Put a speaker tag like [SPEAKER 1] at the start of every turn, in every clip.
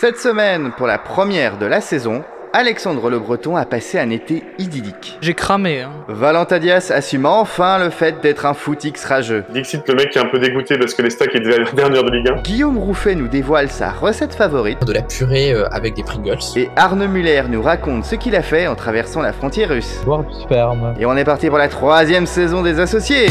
[SPEAKER 1] Cette semaine, pour la première de la saison, Alexandre le Breton a passé un été idyllique.
[SPEAKER 2] J'ai cramé. hein.
[SPEAKER 1] Valentadias assume enfin le fait d'être un foot X rageux.
[SPEAKER 3] Dixit, le mec qui est un peu dégoûté parce que les stacks étaient la dernière de Ligue 1.
[SPEAKER 1] Guillaume Rouffet nous dévoile sa recette favorite.
[SPEAKER 4] de la purée euh, avec des Pringles.
[SPEAKER 1] Et Arne Muller nous raconte ce qu'il a fait en traversant la frontière russe.
[SPEAKER 5] Boire du sperme.
[SPEAKER 1] Et on est parti pour la troisième saison des associés.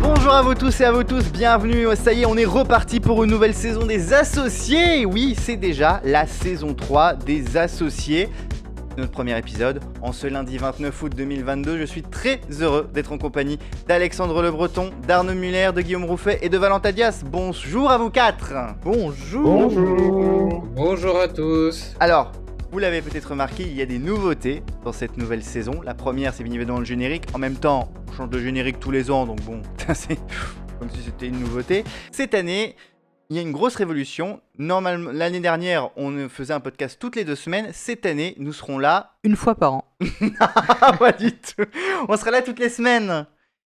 [SPEAKER 1] Bonjour à vous tous et à vous tous, bienvenue. Ça y est, on est reparti pour une nouvelle saison des associés. Oui, c'est déjà la saison 3 des associés. Notre premier épisode en ce lundi 29 août 2022. Je suis très heureux d'être en compagnie d'Alexandre Le Breton, d'Arnaud Muller, de Guillaume Rouffet et de Valentin Dias. Bonjour à vous quatre.
[SPEAKER 2] Bonjour.
[SPEAKER 4] Bonjour à tous.
[SPEAKER 1] Alors, vous l'avez peut-être remarqué, il y a des nouveautés dans cette nouvelle saison. La première, c'est bien évidemment le générique. En même temps, on change de générique tous les ans, donc bon, c'est comme si c'était une nouveauté. Cette année, il y a une grosse révolution. Normalement, l'année dernière, on faisait un podcast toutes les deux semaines. Cette année, nous serons là.
[SPEAKER 2] Une fois par an.
[SPEAKER 1] Ah, pas du tout. On sera là toutes les semaines.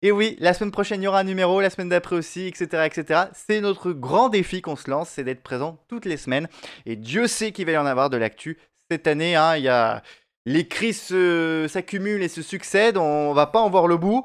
[SPEAKER 1] Et oui, la semaine prochaine, il y aura un numéro, la semaine d'après aussi, etc. etc. C'est notre grand défi qu'on se lance, c'est d'être présent toutes les semaines. Et Dieu sait qu'il va y en avoir de l'actu cette année. hein, il y a... Les crises se- s'accumulent et se succèdent. On va pas en voir le bout.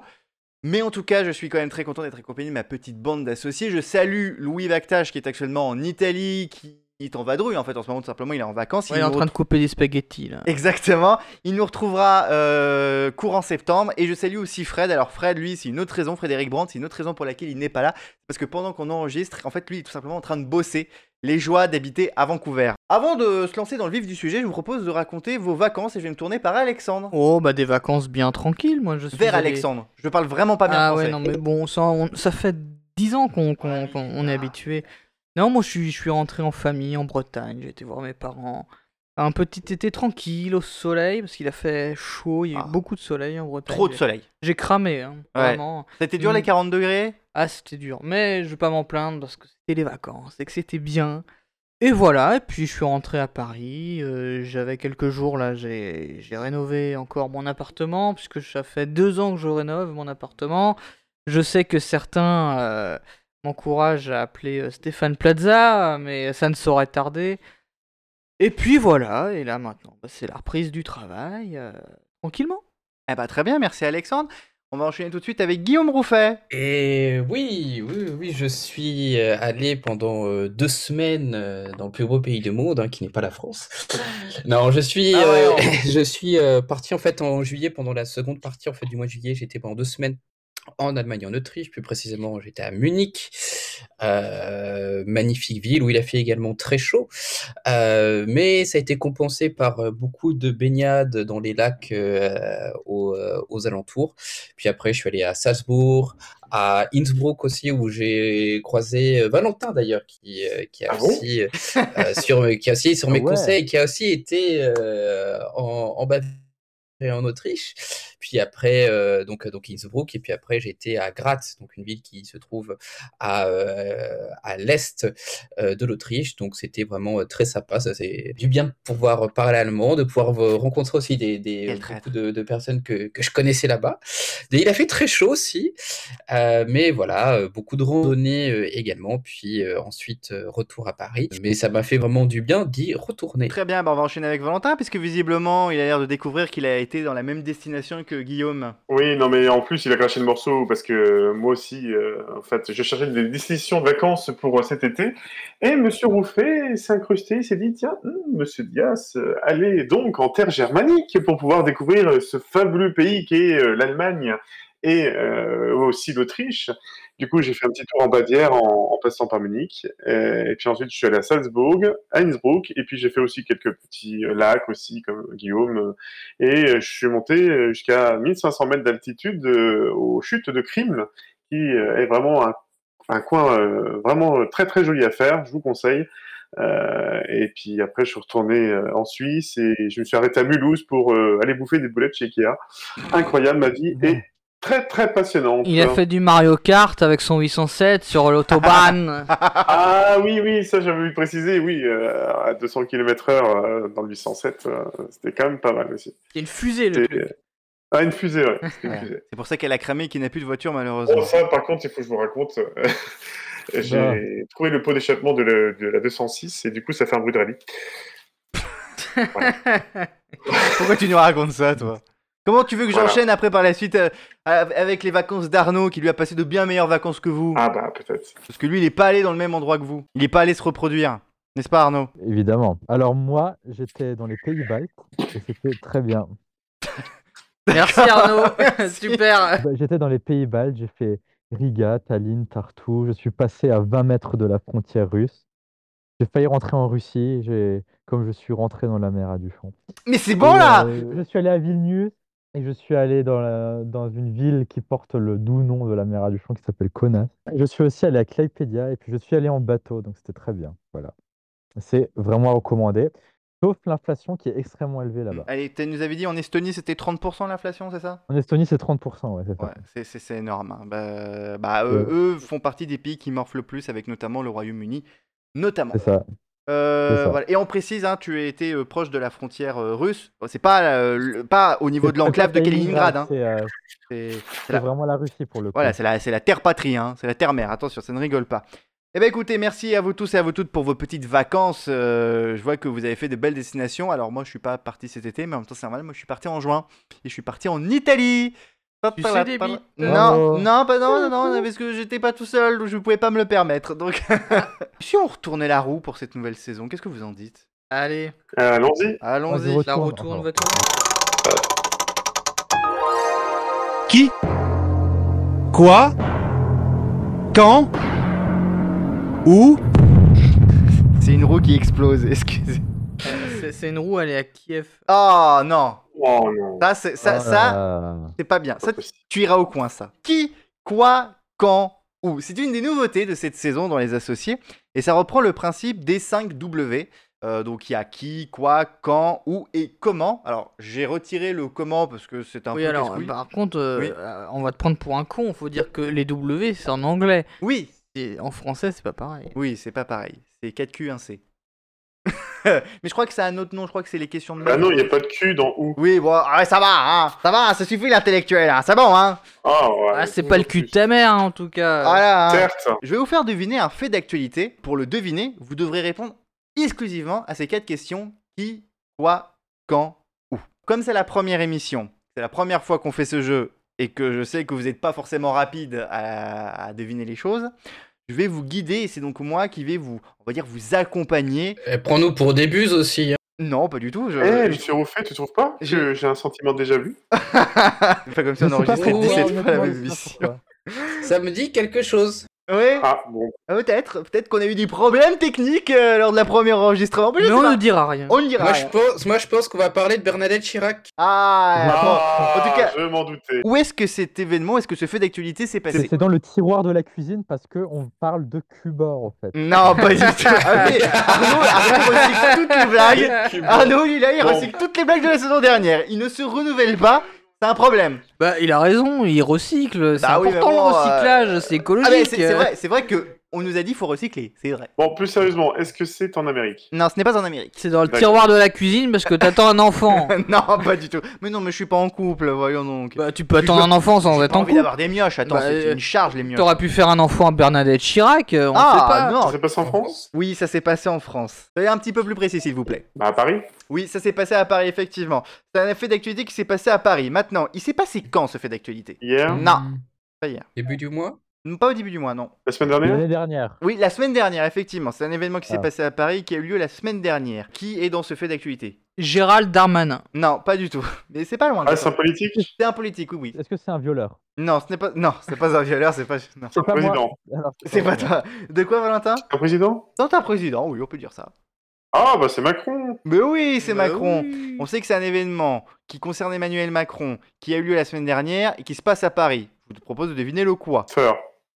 [SPEAKER 1] Mais en tout cas, je suis quand même très content d'être accompagné de ma petite bande d'associés. Je salue Louis Vactage qui est actuellement en Italie, qui est en vadrouille en fait en ce moment tout simplement. Il est en vacances.
[SPEAKER 2] il est
[SPEAKER 1] nous
[SPEAKER 2] en train de couper des spaghettis là.
[SPEAKER 1] Exactement. Il nous retrouvera euh, courant septembre. Et je salue aussi Fred. Alors Fred, lui, c'est une autre raison. Frédéric Brandt, c'est une autre raison pour laquelle il n'est pas là. Parce que pendant qu'on enregistre, en fait, lui, il est tout simplement en train de bosser les joies d'habiter à Vancouver. Avant de se lancer dans le vif du sujet, je vous propose de raconter vos vacances et je vais me tourner par Alexandre.
[SPEAKER 2] Oh bah des vacances bien tranquilles moi je suis.
[SPEAKER 1] Vers
[SPEAKER 2] allé-
[SPEAKER 1] Alexandre. Je parle vraiment pas bien
[SPEAKER 2] Ah
[SPEAKER 1] français.
[SPEAKER 2] ouais non mais bon ça on- ça fait 10 ans qu'on qu'on- qu'on- on est habitué. Non moi je suis je suis rentré en famille en Bretagne j'ai été voir mes parents. Un petit été tranquille au soleil parce qu'il a fait chaud il y a eu
[SPEAKER 1] Ah.
[SPEAKER 2] beaucoup de soleil en Bretagne.
[SPEAKER 1] Trop de soleil.
[SPEAKER 2] J'ai cramé hein,
[SPEAKER 1] Ouais.
[SPEAKER 2] vraiment.
[SPEAKER 1] C'était dur les
[SPEAKER 2] Mm.
[SPEAKER 1] 40 degrés
[SPEAKER 2] Ah, c'était dur, mais je vais pas m'en plaindre parce que c'était les vacances et que c'était bien. Et voilà, et puis je suis rentré à Paris, euh, j'avais quelques jours là, j'ai j'ai rénové encore mon appartement, puisque ça fait deux ans que je rénove mon appartement. Je sais que certains euh, m'encouragent à appeler euh, Stéphane Plaza, mais ça ne saurait tarder. Et puis voilà, et là maintenant, bah, c'est la reprise du travail, euh, tranquillement.
[SPEAKER 1] Eh bah très bien, merci Alexandre. On va enchaîner tout de suite avec Guillaume Rouffet.
[SPEAKER 4] Et oui, oui, oui, je suis euh, allé pendant euh, deux semaines euh, dans le plus beau pays du monde, hein, qui n'est pas la France. non, je suis,
[SPEAKER 1] Ah ouais,
[SPEAKER 4] euh,
[SPEAKER 1] non.
[SPEAKER 4] je suis euh, parti en fait en juillet pendant la seconde partie en fait du mois de juillet. J'étais pendant deux semaines en Allemagne, et en Autriche, plus précisément, j'étais à Munich, euh, magnifique ville où il a fait également très chaud, Euh, mais ça a été compensé par euh, beaucoup de baignades dans les lacs euh, aux, euh, aux alentours. Puis après, je suis allé à Salzbourg, à Innsbruck aussi où j'ai croisé euh, Valentin d'ailleurs qui euh, qui a
[SPEAKER 3] Ah bon
[SPEAKER 4] aussi euh, euh, sur qui a aussi sur mes
[SPEAKER 1] Ah ouais.
[SPEAKER 4] conseils qui a aussi été euh, en, en Bavière et euh, en Autriche puis après euh, donc donc Innsbruck et puis après j'ai été à Graz donc une ville qui se trouve à euh, à l'est euh, de l'Autriche donc c'était vraiment euh, très sympa ça c'est du bien de pouvoir parler allemand de pouvoir euh, rencontrer aussi des, des
[SPEAKER 1] Quel traître.
[SPEAKER 4] beaucoup de, de personnes que que je connaissais là-bas et il a fait très chaud aussi euh, mais voilà, euh, beaucoup de randonnées euh, également, puis euh, ensuite euh, retour à Paris. Mais ça m'a fait vraiment du bien d'y retourner.
[SPEAKER 1] Très bien, bah on va enchaîner avec Valentin, puisque visiblement, il a l'air de découvrir qu'il a été dans la même destination que Guillaume.
[SPEAKER 3] Oui, non, mais en plus, il a craché le morceau parce que euh, moi aussi, euh, en fait, je cherchais des destinations de vacances pour euh, cet été. Et Monsieur Rouffet s'est incrusté, il s'est dit tiens, hmm, Monsieur Dias, euh, allez donc en terre germanique pour pouvoir découvrir euh, ce fabuleux pays qu'est euh, l'Allemagne et euh, aussi l'Autriche. Du coup, j'ai fait un petit tour en Bavière en, en passant par Munich. Euh, et puis ensuite, je suis allé à Salzbourg, à Innsbruck. Et puis, j'ai fait aussi quelques petits euh, lacs aussi, comme Guillaume, euh, et euh, je suis monté euh, jusqu'à 1500 mètres d'altitude euh, aux chutes de Crime, qui euh, est vraiment un, un coin euh, vraiment euh, très très joli à faire, je vous conseille. Euh, et puis après, je suis retourné euh, en Suisse et je me suis arrêté à Mulhouse pour euh, aller bouffer des boulettes chez Ikea. Incroyable, ma vie est très très passionnante.
[SPEAKER 2] Il a fait du Mario Kart avec son 807 sur l'autobahn.
[SPEAKER 3] Ah oui, oui, ça j'avais oublié de préciser, oui, euh, à 200 km/h euh, dans le 807, euh, c'était quand même pas mal aussi.
[SPEAKER 2] C'est une fusée, le
[SPEAKER 3] C'était-
[SPEAKER 2] truc.
[SPEAKER 3] Ah, une fusée, ouais. c'était
[SPEAKER 1] Ouais.
[SPEAKER 3] Une fusée.
[SPEAKER 1] C'est pour ça qu'elle a cramé et qu'il n'a plus de voiture malheureusement.
[SPEAKER 3] Bon, Oh, ça, par contre, il faut que je vous raconte. euh, J'ai
[SPEAKER 4] Bah.
[SPEAKER 3] trouvé le pot d'échappement de, la- de la 206 et du coup, ça fait un bruit de rallye.
[SPEAKER 1] Pourquoi tu nous racontes ça, toi Comment tu veux que
[SPEAKER 3] Voilà.
[SPEAKER 1] j'enchaîne après par la suite euh, avec les vacances d'Arnaud qui lui a passé de bien meilleures vacances que vous
[SPEAKER 3] Ah bah, peut-être.
[SPEAKER 1] Parce que lui, il n'est pas allé dans le même endroit que vous. Il n'est pas allé se reproduire. N'est-ce pas, Arnaud
[SPEAKER 5] Évidemment. Alors moi, j'étais dans les Pays-Bas et c'était très bien.
[SPEAKER 2] Merci Arnaud.
[SPEAKER 1] Merci.
[SPEAKER 2] Super.
[SPEAKER 5] Bah, J'étais dans les Pays-Bas, j'ai fait Riga, Tallinn, Tartu. Je suis passé à 20 mètres de la frontière russe. J'ai failli rentrer en Russie, j'ai- comme je suis rentré dans la mer à Duchamp.
[SPEAKER 1] Mais c'est bon
[SPEAKER 5] Et,
[SPEAKER 1] là
[SPEAKER 5] euh, Je suis allé à Vilnius et je suis allé dans, la- dans une ville qui porte le doux nom de la mer à Duchamp qui s'appelle Kaunas. Et Je suis aussi allé à Klaipédia et puis je suis allé en bateau, donc c'était très bien. Voilà. C'est vraiment recommandé, sauf l'inflation qui est extrêmement élevée là-bas.
[SPEAKER 1] Allez, tu nous avais dit en Estonie, c'était 30% l'inflation, c'est ça
[SPEAKER 5] En Estonie, c'est 30%, ouais, c'est ça.
[SPEAKER 1] Ouais, c'est- c'est c'est énorme. hein. Bah, bah, euh,
[SPEAKER 5] Ouais.
[SPEAKER 1] eux font partie des pays qui morflent le plus, avec notamment le Royaume-Uni, notamment.
[SPEAKER 5] C'est ça.
[SPEAKER 1] Euh,
[SPEAKER 5] C'est ça.
[SPEAKER 1] voilà. Et on précise, hein, tu as été euh, proche de la frontière euh, russe. Bon, C'est pas, euh, le- pas au niveau
[SPEAKER 5] C'est-
[SPEAKER 1] de l'enclave de
[SPEAKER 5] c'est pas
[SPEAKER 1] Kaliningrad. hein.
[SPEAKER 5] C'est euh,
[SPEAKER 1] C'est-
[SPEAKER 5] c'est
[SPEAKER 1] la-
[SPEAKER 5] vraiment la Russie pour le coup.
[SPEAKER 1] Voilà, c'est la, c'est la terre patrie, hein, c'est la terre mère. Attention, ça ne rigole pas. Eh bien, écoutez, merci à vous tous et à vous toutes pour vos petites vacances. Euh, je vois que vous avez fait de belles destinations. Alors, moi, je suis pas parti cet été, mais en même temps, c'est normal. Moi, je suis parti en juin et je suis parti en Italie.
[SPEAKER 2] Tu sais des bites. euh,
[SPEAKER 1] Non,
[SPEAKER 5] Bravo.
[SPEAKER 1] non, pas non, non, non, parce que j'étais pas tout seul, donc je pouvais pas me le permettre. Donc, si on retournait la roue pour cette nouvelle saison, qu'est-ce que vous en dites
[SPEAKER 2] Allez,
[SPEAKER 3] Euh, Allons-y.
[SPEAKER 1] Allons-y.
[SPEAKER 5] Vas-y,
[SPEAKER 2] la retourne,
[SPEAKER 5] Retourne, enfin.
[SPEAKER 2] va tourner.
[SPEAKER 6] Qui Quoi Quand Où
[SPEAKER 1] C'est une roue qui explose, excusez.
[SPEAKER 2] C'est- C'est une roue, elle est à Kiev.
[SPEAKER 1] Oh non,
[SPEAKER 3] Oh non.
[SPEAKER 1] ça, c'est- ça,
[SPEAKER 5] Oh
[SPEAKER 1] ça,
[SPEAKER 5] là là.
[SPEAKER 1] c'est pas bien.
[SPEAKER 3] pas
[SPEAKER 1] Ça,
[SPEAKER 3] possible.
[SPEAKER 1] tu iras au coin, ça. Qui, quoi, quand, où. C'est une des nouveautés de cette saison dans les associés, et ça reprend le principe des 5 W. Euh, donc il y a qui, quoi, quand, où et comment. Alors j'ai retiré le comment parce que c'est un
[SPEAKER 2] Oui,
[SPEAKER 1] peu
[SPEAKER 2] alors,
[SPEAKER 1] casse-couille.
[SPEAKER 2] par contre, euh,
[SPEAKER 1] Oui.
[SPEAKER 2] euh, on va te prendre pour un con. Faut dire que les W, c'est en anglais.
[SPEAKER 1] Oui,
[SPEAKER 2] Et en français, c'est pas pareil.
[SPEAKER 1] oui, c'est pas pareil. C'est 4Q1C. Mais je crois que c'est un autre nom. Je crois que c'est les questions de.
[SPEAKER 3] Bah non, il n'y a
[SPEAKER 1] merde.
[SPEAKER 3] pas de cul dans où.
[SPEAKER 1] Oui, bon, ouais, ça va, hein, ça va, ça suffit l'intellectuel, hein, c'est bon, hein.
[SPEAKER 3] Ah, ouais,
[SPEAKER 2] Ah, c'est pas le cul de ta mère, hein, en tout cas.
[SPEAKER 1] Voilà, hein.
[SPEAKER 3] Certes.
[SPEAKER 1] Je vais vous faire deviner un fait d'actualité. Pour le deviner, vous devrez répondre exclusivement à ces quatre questions qui, quoi, quand, où. Comme c'est la première émission, c'est la première fois qu'on fait ce jeu et que je sais que vous n'êtes pas forcément rapide à, à deviner les choses, je vais vous guider et c'est donc moi qui vais vous, on va dire, vous accompagner.
[SPEAKER 4] Eh, Prends-nous pour des buses aussi. hein.
[SPEAKER 1] Non, pas du tout. Euh, Je,
[SPEAKER 3] Eh, monsieur Rouffet, tu trouves pas
[SPEAKER 1] je-
[SPEAKER 3] que J'ai un sentiment déjà vu.
[SPEAKER 1] pas comme si on
[SPEAKER 5] Je sais pas
[SPEAKER 1] enregistrait
[SPEAKER 4] pourquoi,
[SPEAKER 1] 17 fois la
[SPEAKER 5] honnêtement,
[SPEAKER 1] même
[SPEAKER 5] je sais
[SPEAKER 1] émission.
[SPEAKER 5] pas pourquoi.
[SPEAKER 4] Ça me dit quelque chose.
[SPEAKER 1] Oui,
[SPEAKER 3] Ah, bon.
[SPEAKER 1] peut-être. Peut-être qu'on a eu des problèmes techniques euh, lors de la première enregistrement. Mais je
[SPEAKER 2] Mais
[SPEAKER 1] sais
[SPEAKER 2] on
[SPEAKER 1] pas.
[SPEAKER 2] ne dira rien.
[SPEAKER 1] On ne dira
[SPEAKER 4] Moi
[SPEAKER 1] rien.
[SPEAKER 4] je, pense, moi, je pense qu'on va parler de Bernadette Chirac.
[SPEAKER 1] Ah, bon.
[SPEAKER 3] Ah,
[SPEAKER 1] en tout cas-
[SPEAKER 3] je m'en doutais.
[SPEAKER 1] Où est-ce que cet événement, est-ce que ce fait d'actualité s'est
[SPEAKER 5] C'est
[SPEAKER 1] passé
[SPEAKER 5] c'est dans le tiroir de la cuisine parce que on parle de Cuba en fait.
[SPEAKER 1] Non, pas du tout. Ah, mais Arnaud, Arnaud recycle toutes les blagues. Arnaud, il, est là, il
[SPEAKER 3] Bon.
[SPEAKER 1] recycle toutes les blagues de la saison dernière. Il ne se renouvelle pas. C'est un problème.
[SPEAKER 2] Bah, il a raison, il recycle. C'est
[SPEAKER 1] Bah oui, mais
[SPEAKER 2] important
[SPEAKER 1] bon,
[SPEAKER 2] le recyclage, c'est écologique.
[SPEAKER 1] Ah, mais c'est c'est vrai, c'est vrai que on nous a dit faut recycler. C'est vrai.
[SPEAKER 3] Bon, plus sérieusement, est-ce que c'est en Amérique
[SPEAKER 1] Non, ce n'est pas en Amérique.
[SPEAKER 2] C'est dans le
[SPEAKER 3] D'accord.
[SPEAKER 2] tiroir de la cuisine parce que t'attends un enfant.
[SPEAKER 1] non, pas du tout. Mais non, mais je suis pas en couple, voyons donc.
[SPEAKER 2] bah, tu peux attendre un enfant sans
[SPEAKER 1] J'ai
[SPEAKER 2] être
[SPEAKER 1] pas
[SPEAKER 2] en
[SPEAKER 1] envie
[SPEAKER 2] couple.
[SPEAKER 1] d'avoir des mioches. Attends,
[SPEAKER 2] Bah,
[SPEAKER 1] c'est
[SPEAKER 2] euh,
[SPEAKER 1] une charge les mioches.
[SPEAKER 2] T'aurais pu faire un enfant à Bernadette Chirac, euh, on sait pas.
[SPEAKER 1] Ah
[SPEAKER 3] Ça
[SPEAKER 1] non.
[SPEAKER 3] s'est passé en France
[SPEAKER 1] Oui, ça s'est passé en France. Soyez un petit peu plus précis, s'il vous plaît.
[SPEAKER 3] Bah, à Paris
[SPEAKER 1] Oui, ça s'est passé à Paris, effectivement. C'est un fait d'actualité qui s'est passé à Paris. Maintenant, il s'est passé quand ce fait d'actualité
[SPEAKER 3] Hier
[SPEAKER 4] Mm.
[SPEAKER 1] Non. Pas
[SPEAKER 4] Pas
[SPEAKER 1] hier.
[SPEAKER 4] Début du mois
[SPEAKER 1] Pas au début du mois, non.
[SPEAKER 3] La semaine dernière
[SPEAKER 5] L'année dernière.
[SPEAKER 1] Oui, la semaine dernière, effectivement. C'est un événement qui s'est
[SPEAKER 5] Ah.
[SPEAKER 1] passé à Paris, qui a eu lieu la semaine dernière. Qui est dans ce fait d'actualité
[SPEAKER 2] Gérald Darmanin.
[SPEAKER 1] Non, pas du tout. Mais c'est pas loin.
[SPEAKER 3] Ah,
[SPEAKER 1] d'accord.
[SPEAKER 3] c'est un politique
[SPEAKER 1] c'est un politique, oui, oui.
[SPEAKER 5] Est-ce que c'est un violeur
[SPEAKER 1] Non, ce n'est pas. Non, c'est pas un violeur, c'est pas. non.
[SPEAKER 5] C'est
[SPEAKER 3] Un
[SPEAKER 5] pas moi.
[SPEAKER 3] président.
[SPEAKER 5] Alors,
[SPEAKER 1] C'est pas toi. De quoi, Valentin
[SPEAKER 3] Un président
[SPEAKER 1] C'est un président, oui, on peut dire ça.
[SPEAKER 3] Ah, bah c'est Macron
[SPEAKER 1] Mais oui, c'est
[SPEAKER 2] Bah
[SPEAKER 1] Macron.
[SPEAKER 2] oui.
[SPEAKER 1] On sait que c'est un événement qui concerne Emmanuel Macron, qui a eu lieu la semaine dernière et qui se passe à Paris. Je vous propose de deviner le quoi.
[SPEAKER 3] Feur.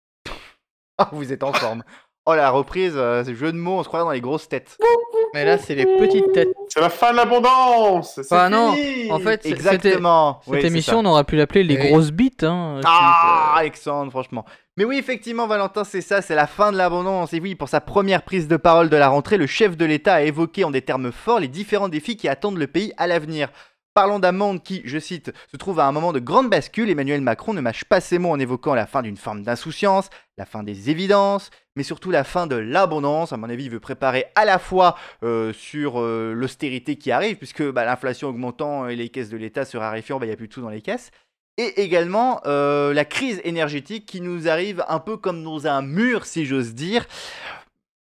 [SPEAKER 1] Oh, Ah, vous êtes en forme. Oh la reprise, euh, ce jeu de mots, on se croirait dans les grosses têtes.
[SPEAKER 2] Mais là, c'est les petites têtes.
[SPEAKER 3] C'est la fin de l'abondance c'est
[SPEAKER 2] Bah non,
[SPEAKER 3] fini
[SPEAKER 2] en fait, c'est- c'était-
[SPEAKER 1] Exactement. Oui,
[SPEAKER 2] Cette
[SPEAKER 1] c'est
[SPEAKER 2] émission,
[SPEAKER 1] ça.
[SPEAKER 2] on aurait pu l'appeler les
[SPEAKER 4] Et-
[SPEAKER 2] grosses bites. Hein,
[SPEAKER 1] Ah,
[SPEAKER 2] Philippe.
[SPEAKER 1] Alexandre, franchement. Mais oui, effectivement, Valentin, c'est ça, c'est la fin de l'abondance. Et oui, pour sa première prise de parole de la rentrée, le chef de l'État a évoqué en des termes forts les différents défis qui attendent le pays à l'avenir. Parlons d'un monde qui, je cite, se trouve à un moment de grande bascule, Emmanuel Macron ne mâche pas ses mots en évoquant la fin d'une forme d'insouciance, la fin des évidences, mais surtout la fin de l'abondance. À mon avis, il veut préparer à la fois euh, sur euh, l'austérité qui arrive, puisque bah, l'inflation augmentant et les caisses de l'État se raréfiant, bah, il n'y a plus de tout dans les caisses et également euh, la crise énergétique qui nous arrive un peu comme dans un mur, si j'ose dire.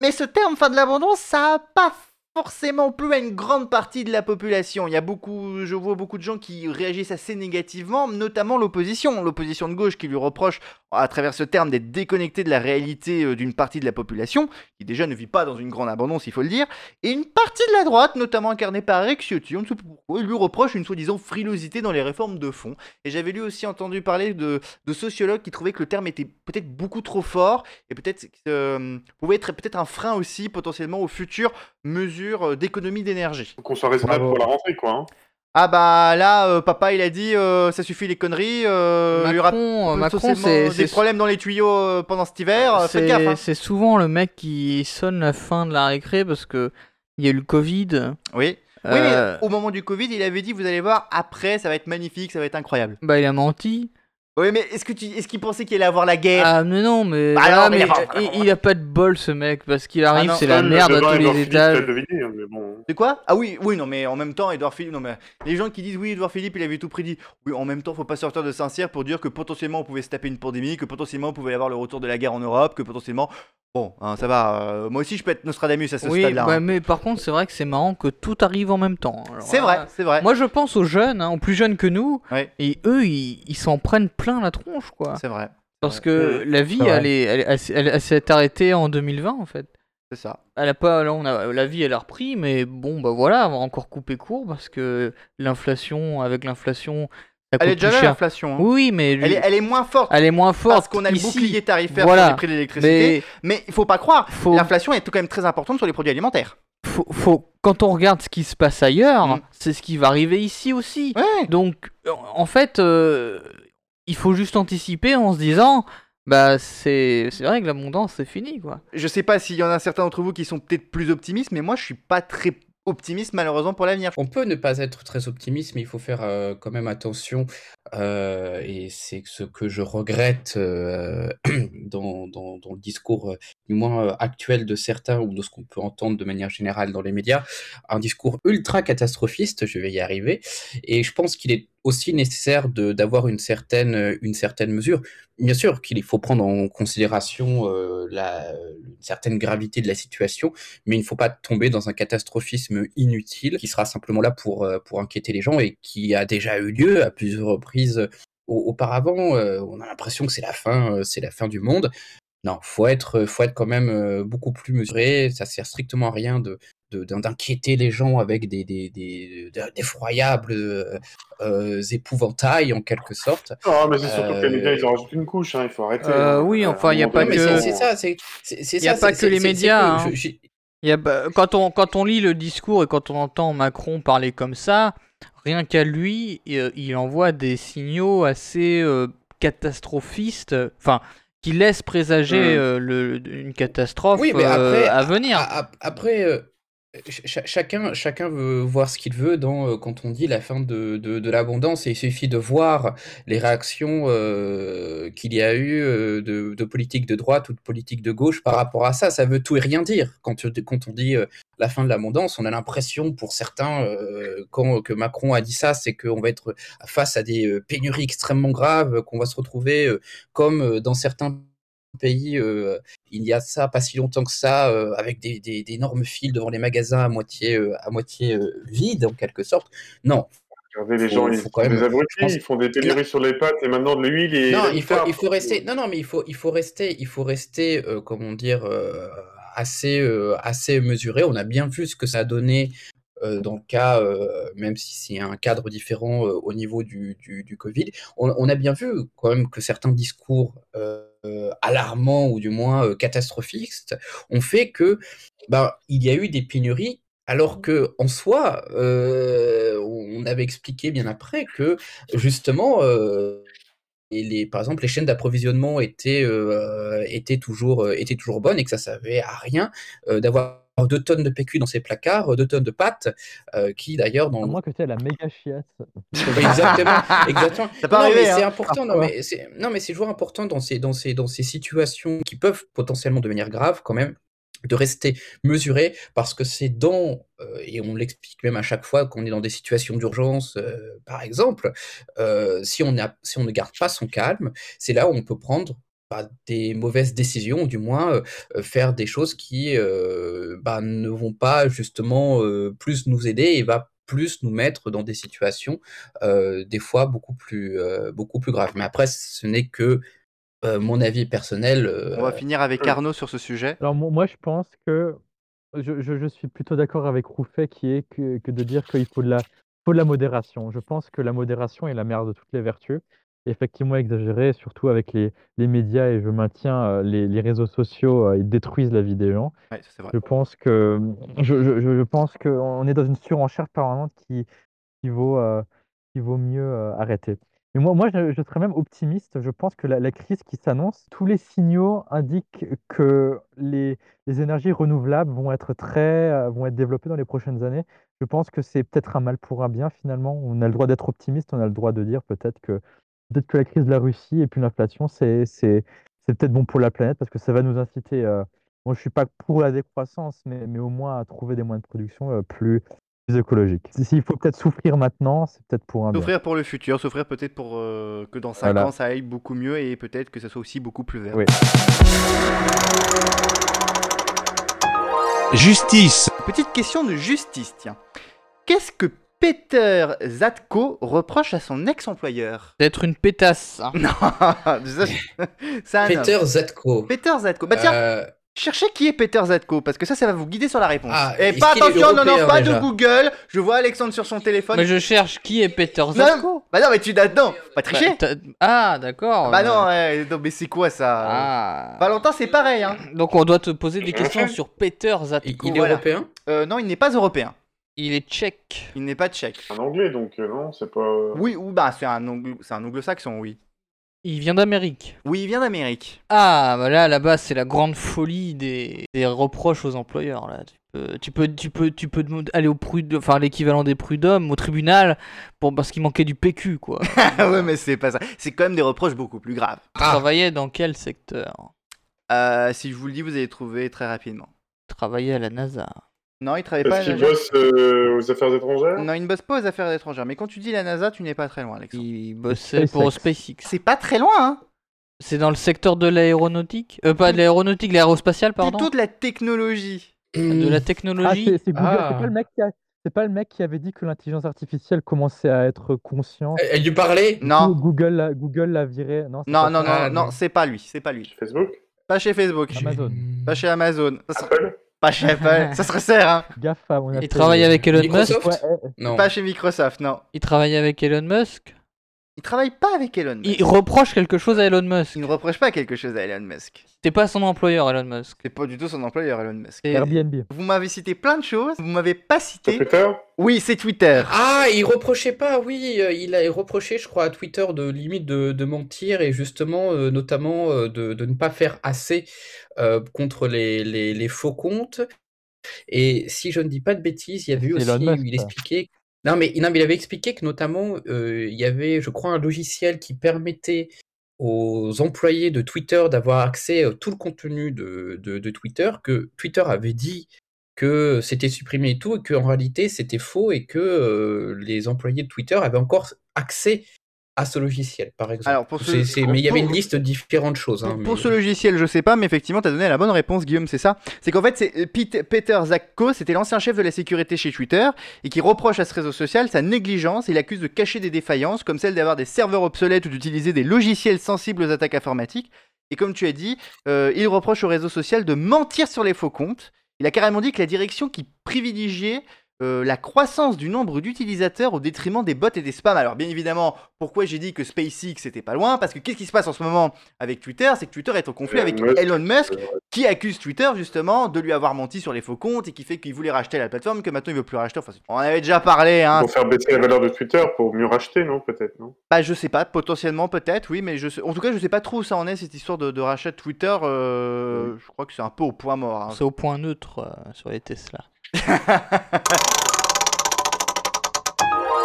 [SPEAKER 1] Mais ce terme fin de l'abondance, ça n'a pas forcément plu à une grande partie de la population. Il y a beaucoup, je vois beaucoup de gens qui réagissent assez négativement, notamment l'opposition, l'opposition de gauche qui lui reproche à travers ce terme d'être déconnecté de la réalité euh, d'une partie de la population, qui déjà ne vit pas dans une grande abondance, il faut le dire, et une partie de la droite, notamment incarnée par Eric Ciotti, on ne sait pas pourquoi, lui reproche une soi-disant frilosité dans les réformes de fond. Et j'avais lu aussi entendu parler de, de sociologues qui trouvaient que le terme était peut-être beaucoup trop fort et peut-être euh, pouvait être peut-être un frein aussi potentiellement aux futures mesures euh, d'économie d'énergie.
[SPEAKER 3] Faut qu'on soit raisonnable
[SPEAKER 5] Bravo.
[SPEAKER 3] pour la rentrée, quoi. hein.
[SPEAKER 1] Ah bah là, euh, papa il a dit euh, ça suffit les conneries, euh, il y aura
[SPEAKER 2] Macron, euh, Macron,
[SPEAKER 1] potentiellement
[SPEAKER 2] c'est
[SPEAKER 1] des
[SPEAKER 2] c'est-
[SPEAKER 1] problèmes dans les tuyaux euh, pendant cet hiver, euh, faites gaffe.
[SPEAKER 2] c'est-
[SPEAKER 1] hein.
[SPEAKER 2] c'est souvent le mec qui sonne la fin de la récré parce que il y a eu le Covid.
[SPEAKER 1] Oui. Oui, mais
[SPEAKER 2] euh,
[SPEAKER 1] au moment du Covid, il avait dit vous allez voir après ça va être magnifique, ça va être incroyable.
[SPEAKER 2] Bah, il a menti.
[SPEAKER 1] Oui, mais est-ce que tu est-ce qu'il pensait qu'il allait avoir la guerre
[SPEAKER 2] Ah mais non mais,
[SPEAKER 1] Bah
[SPEAKER 2] ah,
[SPEAKER 1] alors, mais
[SPEAKER 2] mais
[SPEAKER 1] il a pas-
[SPEAKER 2] il, il a pas de bol ce mec parce qu'il arrive
[SPEAKER 1] Ah non.
[SPEAKER 2] c'est la
[SPEAKER 3] Seul
[SPEAKER 2] merde à
[SPEAKER 3] devant
[SPEAKER 2] tous
[SPEAKER 3] Edouard
[SPEAKER 2] les
[SPEAKER 3] Philippe
[SPEAKER 2] étages.
[SPEAKER 3] l'a deviné, hein, mais bon.
[SPEAKER 1] De quoi Ah oui, oui, non, mais en même temps, Edouard Philippe, non, mais les gens qui disent oui, Edouard Philippe, il avait tout prédit. Oui, en même temps, faut pas sortir de Saint-Cyr pour dire que potentiellement on pouvait se taper une pandémie, que potentiellement on pouvait avoir le retour de la guerre en Europe, que potentiellement. Bon, hein, ça va, euh, moi aussi je peux être Nostradamus à ce
[SPEAKER 2] Oui
[SPEAKER 1] stade-là.
[SPEAKER 2] ouais,
[SPEAKER 1] hein.
[SPEAKER 2] mais par contre c'est vrai que c'est marrant que tout arrive en même temps. Alors,
[SPEAKER 1] C'est
[SPEAKER 2] là,
[SPEAKER 1] vrai, c'est vrai.
[SPEAKER 2] bah, Moi je pense aux jeunes, hein, aux plus jeunes que nous,
[SPEAKER 1] Ouais.
[SPEAKER 2] et eux ils ils s'en prennent plein la tronche quoi.
[SPEAKER 1] C'est vrai,
[SPEAKER 2] Parce que la vie
[SPEAKER 5] C'est vrai.
[SPEAKER 2] elle est- elle, elle, s'est- elle- elle s'est arrêtée en 2020 en fait.
[SPEAKER 1] c'est ça.
[SPEAKER 2] Elle a pas, là on a, la vie elle a repris, mais bon bah voilà, on va encore couper court parce que l'inflation, avec l'inflation, ça coûte
[SPEAKER 1] Elle est déjà
[SPEAKER 2] plus
[SPEAKER 1] là,
[SPEAKER 2] cher.
[SPEAKER 1] l'inflation. hein.
[SPEAKER 2] Oui mais
[SPEAKER 1] Elle, est, elle est moins forte
[SPEAKER 2] elle est moins forte
[SPEAKER 1] parce qu'on a le
[SPEAKER 2] ici,
[SPEAKER 1] bouclier tarifaire
[SPEAKER 2] Voilà.
[SPEAKER 1] sur les prix de l'électricité.
[SPEAKER 2] mais
[SPEAKER 1] Mais il faut pas croire,
[SPEAKER 2] faut,
[SPEAKER 1] l'inflation est quand même très importante sur les produits alimentaires.
[SPEAKER 2] faut, faut- quand on regarde ce qui se passe ailleurs,
[SPEAKER 1] Mm.
[SPEAKER 2] c'est ce qui va arriver ici aussi.
[SPEAKER 1] Ouais.
[SPEAKER 2] Donc, en fait, euh, il faut juste anticiper en se disant, bah, c'est c'est vrai que l'abondance, c'est fini, quoi.
[SPEAKER 1] Je sais pas s'il y en a certains d'entre vous qui sont peut-être plus optimistes, mais moi je suis pas très optimiste malheureusement pour l'avenir.
[SPEAKER 4] On peut ne pas être très optimiste, mais il faut faire euh, quand même attention. euh, et c'est ce que je regrette euh, dans, dans- dans le discours, euh, du moins euh, actuel de certains, ou de ce qu'on peut entendre de manière générale dans les médias, un discours ultra catastrophiste, je vais y arriver. Et je pense qu'il est aussi nécessaire de- d'avoir une certaine, euh, une certaine mesure. Bien sûr qu'il faut prendre en considération euh, la, une certaine gravité de la situation mais il ne faut pas tomber dans un catastrophisme inutile qui sera simplement là pour, euh, pour inquiéter les gens et qui a déjà eu lieu à plusieurs reprises au- auparavant. Euh, on a l'impression que c'est la fin, euh, c'est la fin du monde. Non, faut être, faut être quand même euh, beaucoup plus mesuré. Ça sert strictement à rien de de- d'in- d'inquiéter les gens avec des des- des- des- d'effroyables euh, euh, épouvantails en quelque sorte.
[SPEAKER 3] Ah, mais c'est surtout que
[SPEAKER 4] Euh,
[SPEAKER 3] les médias, ils en rajoutent une couche, hein, il faut arrêter.
[SPEAKER 2] Euh,
[SPEAKER 3] hein.
[SPEAKER 2] oui,
[SPEAKER 3] Euh,
[SPEAKER 2] enfin,
[SPEAKER 3] à un
[SPEAKER 2] y a
[SPEAKER 3] moment
[SPEAKER 2] pas
[SPEAKER 4] Non, mais
[SPEAKER 3] donné,
[SPEAKER 2] que-
[SPEAKER 3] bon,
[SPEAKER 4] c'est c'est ça, c'est c'est c'est
[SPEAKER 2] Y a
[SPEAKER 4] ça,
[SPEAKER 2] pas
[SPEAKER 4] c'est-
[SPEAKER 2] que les
[SPEAKER 4] c'est- c'est
[SPEAKER 2] médias,
[SPEAKER 4] que
[SPEAKER 2] hein.
[SPEAKER 4] je- j'ai-
[SPEAKER 2] Il y a- bah, quand, on, quand on lit le discours et quand on entend Macron parler comme ça, rien qu'à lui, euh, il envoie des signaux assez euh, catastrophistes, enfin, qui laissent présager
[SPEAKER 3] Mm.
[SPEAKER 2] euh, le- une catastrophe
[SPEAKER 4] Oui, mais après, ah,
[SPEAKER 2] euh, à venir.
[SPEAKER 4] A- ap- Après, euh, ch- ch- chacun, chacun veut voir ce qu'il veut dans, euh, quand on dit la fin de, de, de l'abondance, et il suffit de voir les réactions euh, qu'il y a eu euh, de, de politique de droite ou de politique de gauche par rapport à ça. Ça veut tout et rien dire. Quand, tu- quand on dit euh, la fin de l'abondance, on a l'impression pour certains, euh, quand que Macron a dit ça, c'est qu'on va être face à des euh, pénuries extrêmement graves, qu'on va se retrouver euh, comme euh, dans certains pays euh, il y a ça pas si longtemps que ça, euh, avec des, des- d'énormes files devant les magasins à moitié, euh, à moitié euh, vides en quelque sorte. Non,
[SPEAKER 3] Regardez, les
[SPEAKER 4] Faut-
[SPEAKER 3] gens,
[SPEAKER 4] faut
[SPEAKER 3] ils
[SPEAKER 4] quand
[SPEAKER 3] sont
[SPEAKER 4] même-
[SPEAKER 3] des abrutis,
[SPEAKER 4] je pense-
[SPEAKER 3] ils font des pénuries sur les pattes et maintenant de l'huile et.
[SPEAKER 4] non,
[SPEAKER 3] la
[SPEAKER 4] il faut,
[SPEAKER 3] moutarde.
[SPEAKER 4] il faut rester. Non, non, mais il faut, il faut rester, il faut rester, euh, comment dire, euh, assez, euh, assez mesuré. On a bien vu ce que ça a donné euh, dans le cas, euh, même si c'est un cadre différent euh, au niveau du, du, du Covid. On, on a bien vu quand même que certains discours euh, euh, alarmants ou du moins euh, catastrophistes ont fait que, bah, il y a eu des pénuries
[SPEAKER 5] Mmh.
[SPEAKER 4] Alors que en soi, euh, on avait expliqué bien après que justement, euh, et les, par exemple, les chaînes d'approvisionnement étaient, euh, étaient, toujours, euh, étaient toujours bonnes et que ça ne servait à rien euh, d'avoir deux tonnes de PQ dans ses placards, euh, deux tonnes de pâtes, euh, qui d'ailleurs dans
[SPEAKER 5] À
[SPEAKER 4] le
[SPEAKER 5] moins que tu aies la méga chiasse.
[SPEAKER 4] Exactement, exactement.
[SPEAKER 1] Ça peut
[SPEAKER 4] Non,
[SPEAKER 1] arriver,
[SPEAKER 4] mais c'est
[SPEAKER 1] hein.
[SPEAKER 4] important. Non, mais c'est, non, mais c'est toujours important dans ces, dans ces, dans ces situations qui peuvent potentiellement devenir graves quand même de rester mesuré parce que c'est dans euh, et on l'explique même à chaque fois qu'on est dans des situations d'urgence euh, par exemple euh, si on a si on ne garde pas son calme c'est là où on peut prendre bah, des mauvaises décisions ou du moins euh, euh, faire des choses qui euh, bah, ne vont pas justement euh, plus nous aider et va plus nous mettre dans des situations euh, des fois beaucoup plus, euh, beaucoup plus graves. Mais après, ce n'est que euh, mon avis personnel. euh,
[SPEAKER 1] On va finir avec Arnaud sur ce sujet.
[SPEAKER 5] Alors mo- moi, je pense que je, je- je suis plutôt d'accord avec Rouffet qui est que, que de dire qu'il faut de, la, faut de la modération. Je pense que la modération est la mère de toutes les vertus. Et Effectivement, exagéré, surtout avec les, les médias, et je maintiens euh, les, les réseaux sociaux, euh, ils détruisent la vie des gens.
[SPEAKER 1] Ouais, ça, c'est vrai.
[SPEAKER 5] Je pense que je, je- je- je pense que on est dans une surenchère permanente qui, qui vaut euh, qui vaut mieux euh, arrêter. Et moi, moi, je, je serais même optimiste. Je pense que la, la crise qui s'annonce, tous les signaux indiquent que les, les énergies renouvelables vont être très euh, vont être développées dans les prochaines années. Je pense que c'est peut-être un mal pour un bien finalement. On a le droit d'être optimiste. On a le droit de dire peut-être que peut-être que la crise de la Russie et puis l'inflation, c'est c'est c'est peut-être bon pour la planète parce que ça va nous inciter. euh, moi, je suis pas pour la décroissance, mais, mais au moins à trouver des moyens de production euh, plus, plus écologiques. Si- S'il faut peut-être souffrir maintenant, c'est peut-être pour un bien.
[SPEAKER 1] Souffrir pour le futur, souffrir peut-être pour euh, que dans 5
[SPEAKER 5] Voilà.
[SPEAKER 1] ans ça aille beaucoup mieux et peut-être que ça soit aussi beaucoup plus vert.
[SPEAKER 5] Oui.
[SPEAKER 6] justice,
[SPEAKER 1] Petite question de justice, tiens. Qu'est-ce que Peter Zatko reproche à son ex-employeur
[SPEAKER 2] D'être une pétasse. hein.
[SPEAKER 1] Non, ça, je- c'est un homme.
[SPEAKER 4] Peter Zatko.
[SPEAKER 1] Peter Zatko. Bah tiens,
[SPEAKER 4] Euh,
[SPEAKER 1] cherchez qui est Peter Zatko, parce que ça, ça va vous guider sur la réponse.
[SPEAKER 4] Ah,
[SPEAKER 1] et
[SPEAKER 4] est-ce
[SPEAKER 1] pas
[SPEAKER 4] qu'il est
[SPEAKER 1] attention, non, non,
[SPEAKER 4] européen,
[SPEAKER 1] pas
[SPEAKER 4] déjà
[SPEAKER 1] de Google. Je vois Alexandre sur son téléphone.
[SPEAKER 2] Mais je cherche qui est Peter Zatko.
[SPEAKER 1] Non, bah non, mais tu non, pas
[SPEAKER 2] Bah,
[SPEAKER 1] tricher.
[SPEAKER 2] t'as- ah, d'accord.
[SPEAKER 1] Bah
[SPEAKER 2] euh,
[SPEAKER 1] non, euh, ouais, non, mais c'est quoi ça
[SPEAKER 2] Ah.
[SPEAKER 1] Valentin, c'est pareil, hein.
[SPEAKER 2] Donc on doit te poser des questions sur Peter
[SPEAKER 4] il,
[SPEAKER 2] Zatko.
[SPEAKER 4] il est
[SPEAKER 1] voilà.
[SPEAKER 4] européen
[SPEAKER 1] Euh, non, il n'est pas européen.
[SPEAKER 2] Il est tchèque.
[SPEAKER 1] Il n'est pas tchèque.
[SPEAKER 3] En anglais, donc euh, non, c'est pas.
[SPEAKER 1] Oui, ou bah c'est un, anglo- c'est un anglo-saxon, oui.
[SPEAKER 2] Il vient d'Amérique.
[SPEAKER 1] Oui, il vient d'Amérique.
[SPEAKER 2] Ah, bah là, là-bas, c'est la grande folie des, des reproches aux employeurs. Là. Tu, peux, tu, peux, tu, peux, tu peux demander- aller au prude, enfin, l'équivalent des prud'hommes, au tribunal, pour, parce qu'il manquait du PQ, quoi.
[SPEAKER 1] Ah ouais, mais c'est pas ça. C'est quand même des reproches beaucoup plus graves.
[SPEAKER 2] Il travaillait dans quel secteur
[SPEAKER 1] Euh, si je vous le dis, vous allez trouver très rapidement.
[SPEAKER 2] Il travaillait à la NASA.
[SPEAKER 1] Non, il travaille pas à
[SPEAKER 3] Est-ce
[SPEAKER 1] la
[SPEAKER 3] qu'il bosse euh, aux affaires étrangères
[SPEAKER 1] Non, il ne bosse pas aux affaires étrangères. Mais quand tu dis la NASA, tu n'es pas très loin, Alexandre.
[SPEAKER 2] Il bossait pour SpaceX.
[SPEAKER 1] C'est pas très loin, hein
[SPEAKER 2] C'est dans le secteur de l'aéronautique Euh, pas de l'aéronautique, l'aérospatiale, pardon.
[SPEAKER 1] Plutôt de la technologie.
[SPEAKER 2] De la
[SPEAKER 5] Ah,
[SPEAKER 2] technologie.
[SPEAKER 5] c'est c'est Google, c'est
[SPEAKER 4] Ah.
[SPEAKER 5] pas le mec qui a- c'est pas le mec qui avait dit que l'intelligence artificielle commençait à être consciente.
[SPEAKER 4] Elle- Elle lui parlait
[SPEAKER 5] Du
[SPEAKER 1] Eh, Non.
[SPEAKER 5] coup, Google, l'a- Google l'a viré. Non, c'est
[SPEAKER 1] Non,
[SPEAKER 5] pas
[SPEAKER 1] non,
[SPEAKER 5] ça.
[SPEAKER 1] non,
[SPEAKER 4] Ah,
[SPEAKER 1] non,
[SPEAKER 4] non.
[SPEAKER 1] c'est pas lui, c'est pas lui.
[SPEAKER 3] Facebook
[SPEAKER 1] Pas chez Facebook,
[SPEAKER 5] Amazon.
[SPEAKER 2] Hmm.
[SPEAKER 1] pas chez Amazon, ça serait-
[SPEAKER 3] Apple
[SPEAKER 1] pas chez Apple, ça serait serre, hein.
[SPEAKER 5] Gaffe à mon
[SPEAKER 2] il travaillait avec Elon Musk.
[SPEAKER 4] Microsoft
[SPEAKER 5] Ouais, eh,
[SPEAKER 4] Non.
[SPEAKER 1] Pas chez Microsoft, non.
[SPEAKER 2] Il travaillait avec Elon Musk.
[SPEAKER 1] Il travaille pas avec Elon Musk.
[SPEAKER 2] Il reproche quelque chose à Elon Musk.
[SPEAKER 1] Il ne reproche pas quelque chose à Elon Musk.
[SPEAKER 2] C'est pas son employeur, Elon Musk.
[SPEAKER 1] C'est pas du tout son employeur, Elon Musk.
[SPEAKER 2] C'est-
[SPEAKER 5] Airbnb.
[SPEAKER 1] Vous m'avez cité plein de choses, vous m'avez pas
[SPEAKER 3] Sur
[SPEAKER 1] cité.
[SPEAKER 3] Twitter
[SPEAKER 1] Oui, c'est Twitter.
[SPEAKER 4] Ah, il reprochait pas, oui, euh, il a reproché, je crois, à Twitter de limite de, de mentir et justement, euh, notamment, euh, de, de ne pas faire assez euh, contre les, les, les faux comptes. Et si je ne dis pas de bêtises, il y avait eu aussi
[SPEAKER 5] Elon Musk,
[SPEAKER 4] où il
[SPEAKER 5] ça.
[SPEAKER 4] expliquait. Non mais, non, mais il avait expliqué que notamment, euh, il y avait, je crois, un logiciel qui permettait aux employés de Twitter d'avoir accès à tout le contenu de, de, de Twitter, que Twitter avait dit que c'était supprimé et tout, et qu'en réalité c'était faux et que euh, les employés de Twitter avaient encore accès à ce logiciel, par exemple.
[SPEAKER 1] Alors, pour ce-
[SPEAKER 4] C'est- c'est- mais il y avait
[SPEAKER 1] pour-
[SPEAKER 4] une liste de différentes choses. hein,
[SPEAKER 1] Pour, pour
[SPEAKER 4] mais-
[SPEAKER 1] ce logiciel, je sais pas, mais effectivement, t'as donné la bonne réponse, Guillaume, c'est ça. C'est qu'en fait, c'est euh, Pete- Peter Zakko, c'était l'ancien chef de la sécurité chez Twitter, et qui reproche à ce réseau social sa négligence et l'accuse de cacher des défaillances, comme celle d'avoir des serveurs obsolètes ou d'utiliser des logiciels sensibles aux attaques informatiques. Et comme tu as dit, euh, il reproche au réseau social de mentir sur les faux comptes. Il a carrément dit que la direction qui privilégiait euh, la croissance du nombre d'utilisateurs au détriment des bots et des spams. Alors bien évidemment, pourquoi j'ai dit que SpaceX c'était pas loin Parce que qu'est-ce qui se passe en ce moment avec Twitter C'est que Twitter est en conflit
[SPEAKER 3] Elon
[SPEAKER 1] avec
[SPEAKER 3] Musk.
[SPEAKER 1] Elon Musk,
[SPEAKER 3] Euh, C'est vrai.
[SPEAKER 1] qui accuse Twitter justement de lui avoir menti sur les faux comptes et qui fait qu'il voulait racheter la plateforme, que maintenant il veut plus racheter. Enfin, c'est- on en avait déjà parlé, hein.
[SPEAKER 3] Pour faire baisser la valeur de Twitter, pour mieux racheter, non Peut-être, non
[SPEAKER 1] Bah, je sais pas, potentiellement peut-être, oui, mais je sais- en tout cas, je sais pas trop où ça en est cette histoire de, de rachat de Twitter. euh, Je crois que c'est un peu au point mort. hein.
[SPEAKER 2] C'est au point neutre euh, sur les Tesla.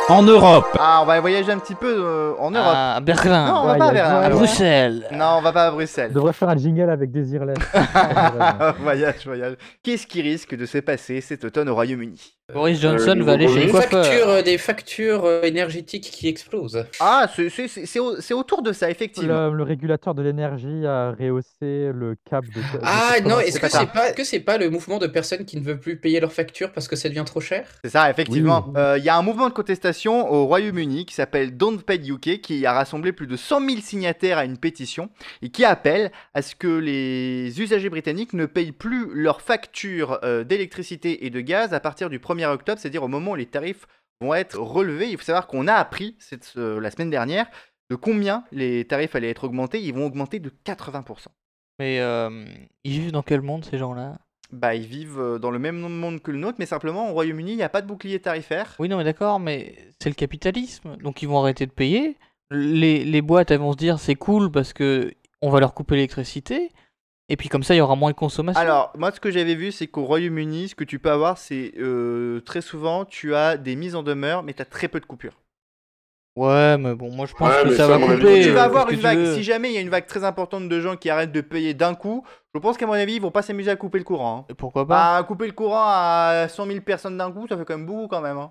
[SPEAKER 6] en Europe,
[SPEAKER 1] Ah, on va voyager un petit peu euh, en Europe.
[SPEAKER 2] À Berlin,
[SPEAKER 1] non, on
[SPEAKER 5] ouais,
[SPEAKER 1] va pas
[SPEAKER 5] il y
[SPEAKER 1] à Berlin.
[SPEAKER 5] a Joël.
[SPEAKER 2] à
[SPEAKER 1] alors.
[SPEAKER 2] Ah, Bruxelles.
[SPEAKER 1] Non, on va pas à
[SPEAKER 5] Je
[SPEAKER 1] Bruxelles. Oh,
[SPEAKER 5] devrais faire un jingle avec Désirless.
[SPEAKER 1] voyage, voyage. Qu'est-ce qui risque de se passer cet automne au Royaume-Uni
[SPEAKER 2] Boris
[SPEAKER 3] Euh,
[SPEAKER 2] Johnson
[SPEAKER 3] nouveau
[SPEAKER 2] va aller chez
[SPEAKER 3] Des
[SPEAKER 2] le
[SPEAKER 4] Des factures,
[SPEAKER 2] coiffeur.
[SPEAKER 4] euh, des factures euh, énergétiques qui explosent.
[SPEAKER 1] Ah, c'est- c'est c'est- c'est au- c'est autour de ça, effectivement.
[SPEAKER 5] Le, le régulateur de l'énergie a rehaussé le cap de. de
[SPEAKER 4] Ah non,
[SPEAKER 5] 80.
[SPEAKER 4] est-ce que
[SPEAKER 1] pas
[SPEAKER 4] c'est pas, est-ce que c'est pas le mouvement de personnes qui ne veulent plus payer leurs factures parce que ça devient trop cher
[SPEAKER 1] C'est ça, effectivement.
[SPEAKER 5] Oui.
[SPEAKER 1] Euh, Il y a un mouvement de contestation au Royaume-Uni qui s'appelle Don't Pay UK, qui a rassemblé plus de 100 000 signataires à une pétition et qui appelle à ce que les usagers britanniques ne payent plus leurs factures euh, d'électricité et de gaz à partir du 1er octobre, c'est-à-dire au moment où les tarifs vont être relevés. Il faut savoir qu'on a appris cette, euh, la semaine dernière de combien les tarifs allaient être augmentés. Ils vont augmenter de 80%.
[SPEAKER 2] Mais euh, ils vivent dans quel monde ces gens-là
[SPEAKER 1] Bah, ils vivent euh, dans le même monde que le nôtre, mais simplement au Royaume-Uni, il n'y a pas de bouclier tarifaire.
[SPEAKER 2] Oui, non, mais d'accord, mais c'est le capitalisme. Donc ils vont arrêter de payer. Les, les boîtes, elles vont se dire c'est cool parce que on va leur couper l'électricité. Et puis comme ça, il y aura moins de consommation.
[SPEAKER 1] Alors, moi, ce que j'avais vu, c'est qu'au Royaume-Uni, ce que tu peux avoir, c'est euh, très souvent, tu as des mises en demeure, mais tu as très peu de coupures.
[SPEAKER 2] Ouais, mais bon, moi je pense
[SPEAKER 3] Ouais,
[SPEAKER 2] que
[SPEAKER 3] mais
[SPEAKER 2] ça
[SPEAKER 3] ça,
[SPEAKER 2] va
[SPEAKER 3] à mon avis,
[SPEAKER 2] couper.
[SPEAKER 1] tu
[SPEAKER 3] euh,
[SPEAKER 1] vas
[SPEAKER 2] parce
[SPEAKER 1] avoir
[SPEAKER 2] que
[SPEAKER 1] une
[SPEAKER 2] tu
[SPEAKER 1] vague.
[SPEAKER 2] veux.
[SPEAKER 1] Si jamais il y a une vague très importante de gens qui arrêtent de payer d'un coup, je pense qu'à mon avis, ils vont pas s'amuser à couper le courant. hein.
[SPEAKER 2] Et Pourquoi pas
[SPEAKER 1] Bah, couper le courant à 100 000 personnes d'un coup, ça fait quand même beaucoup quand même. hein.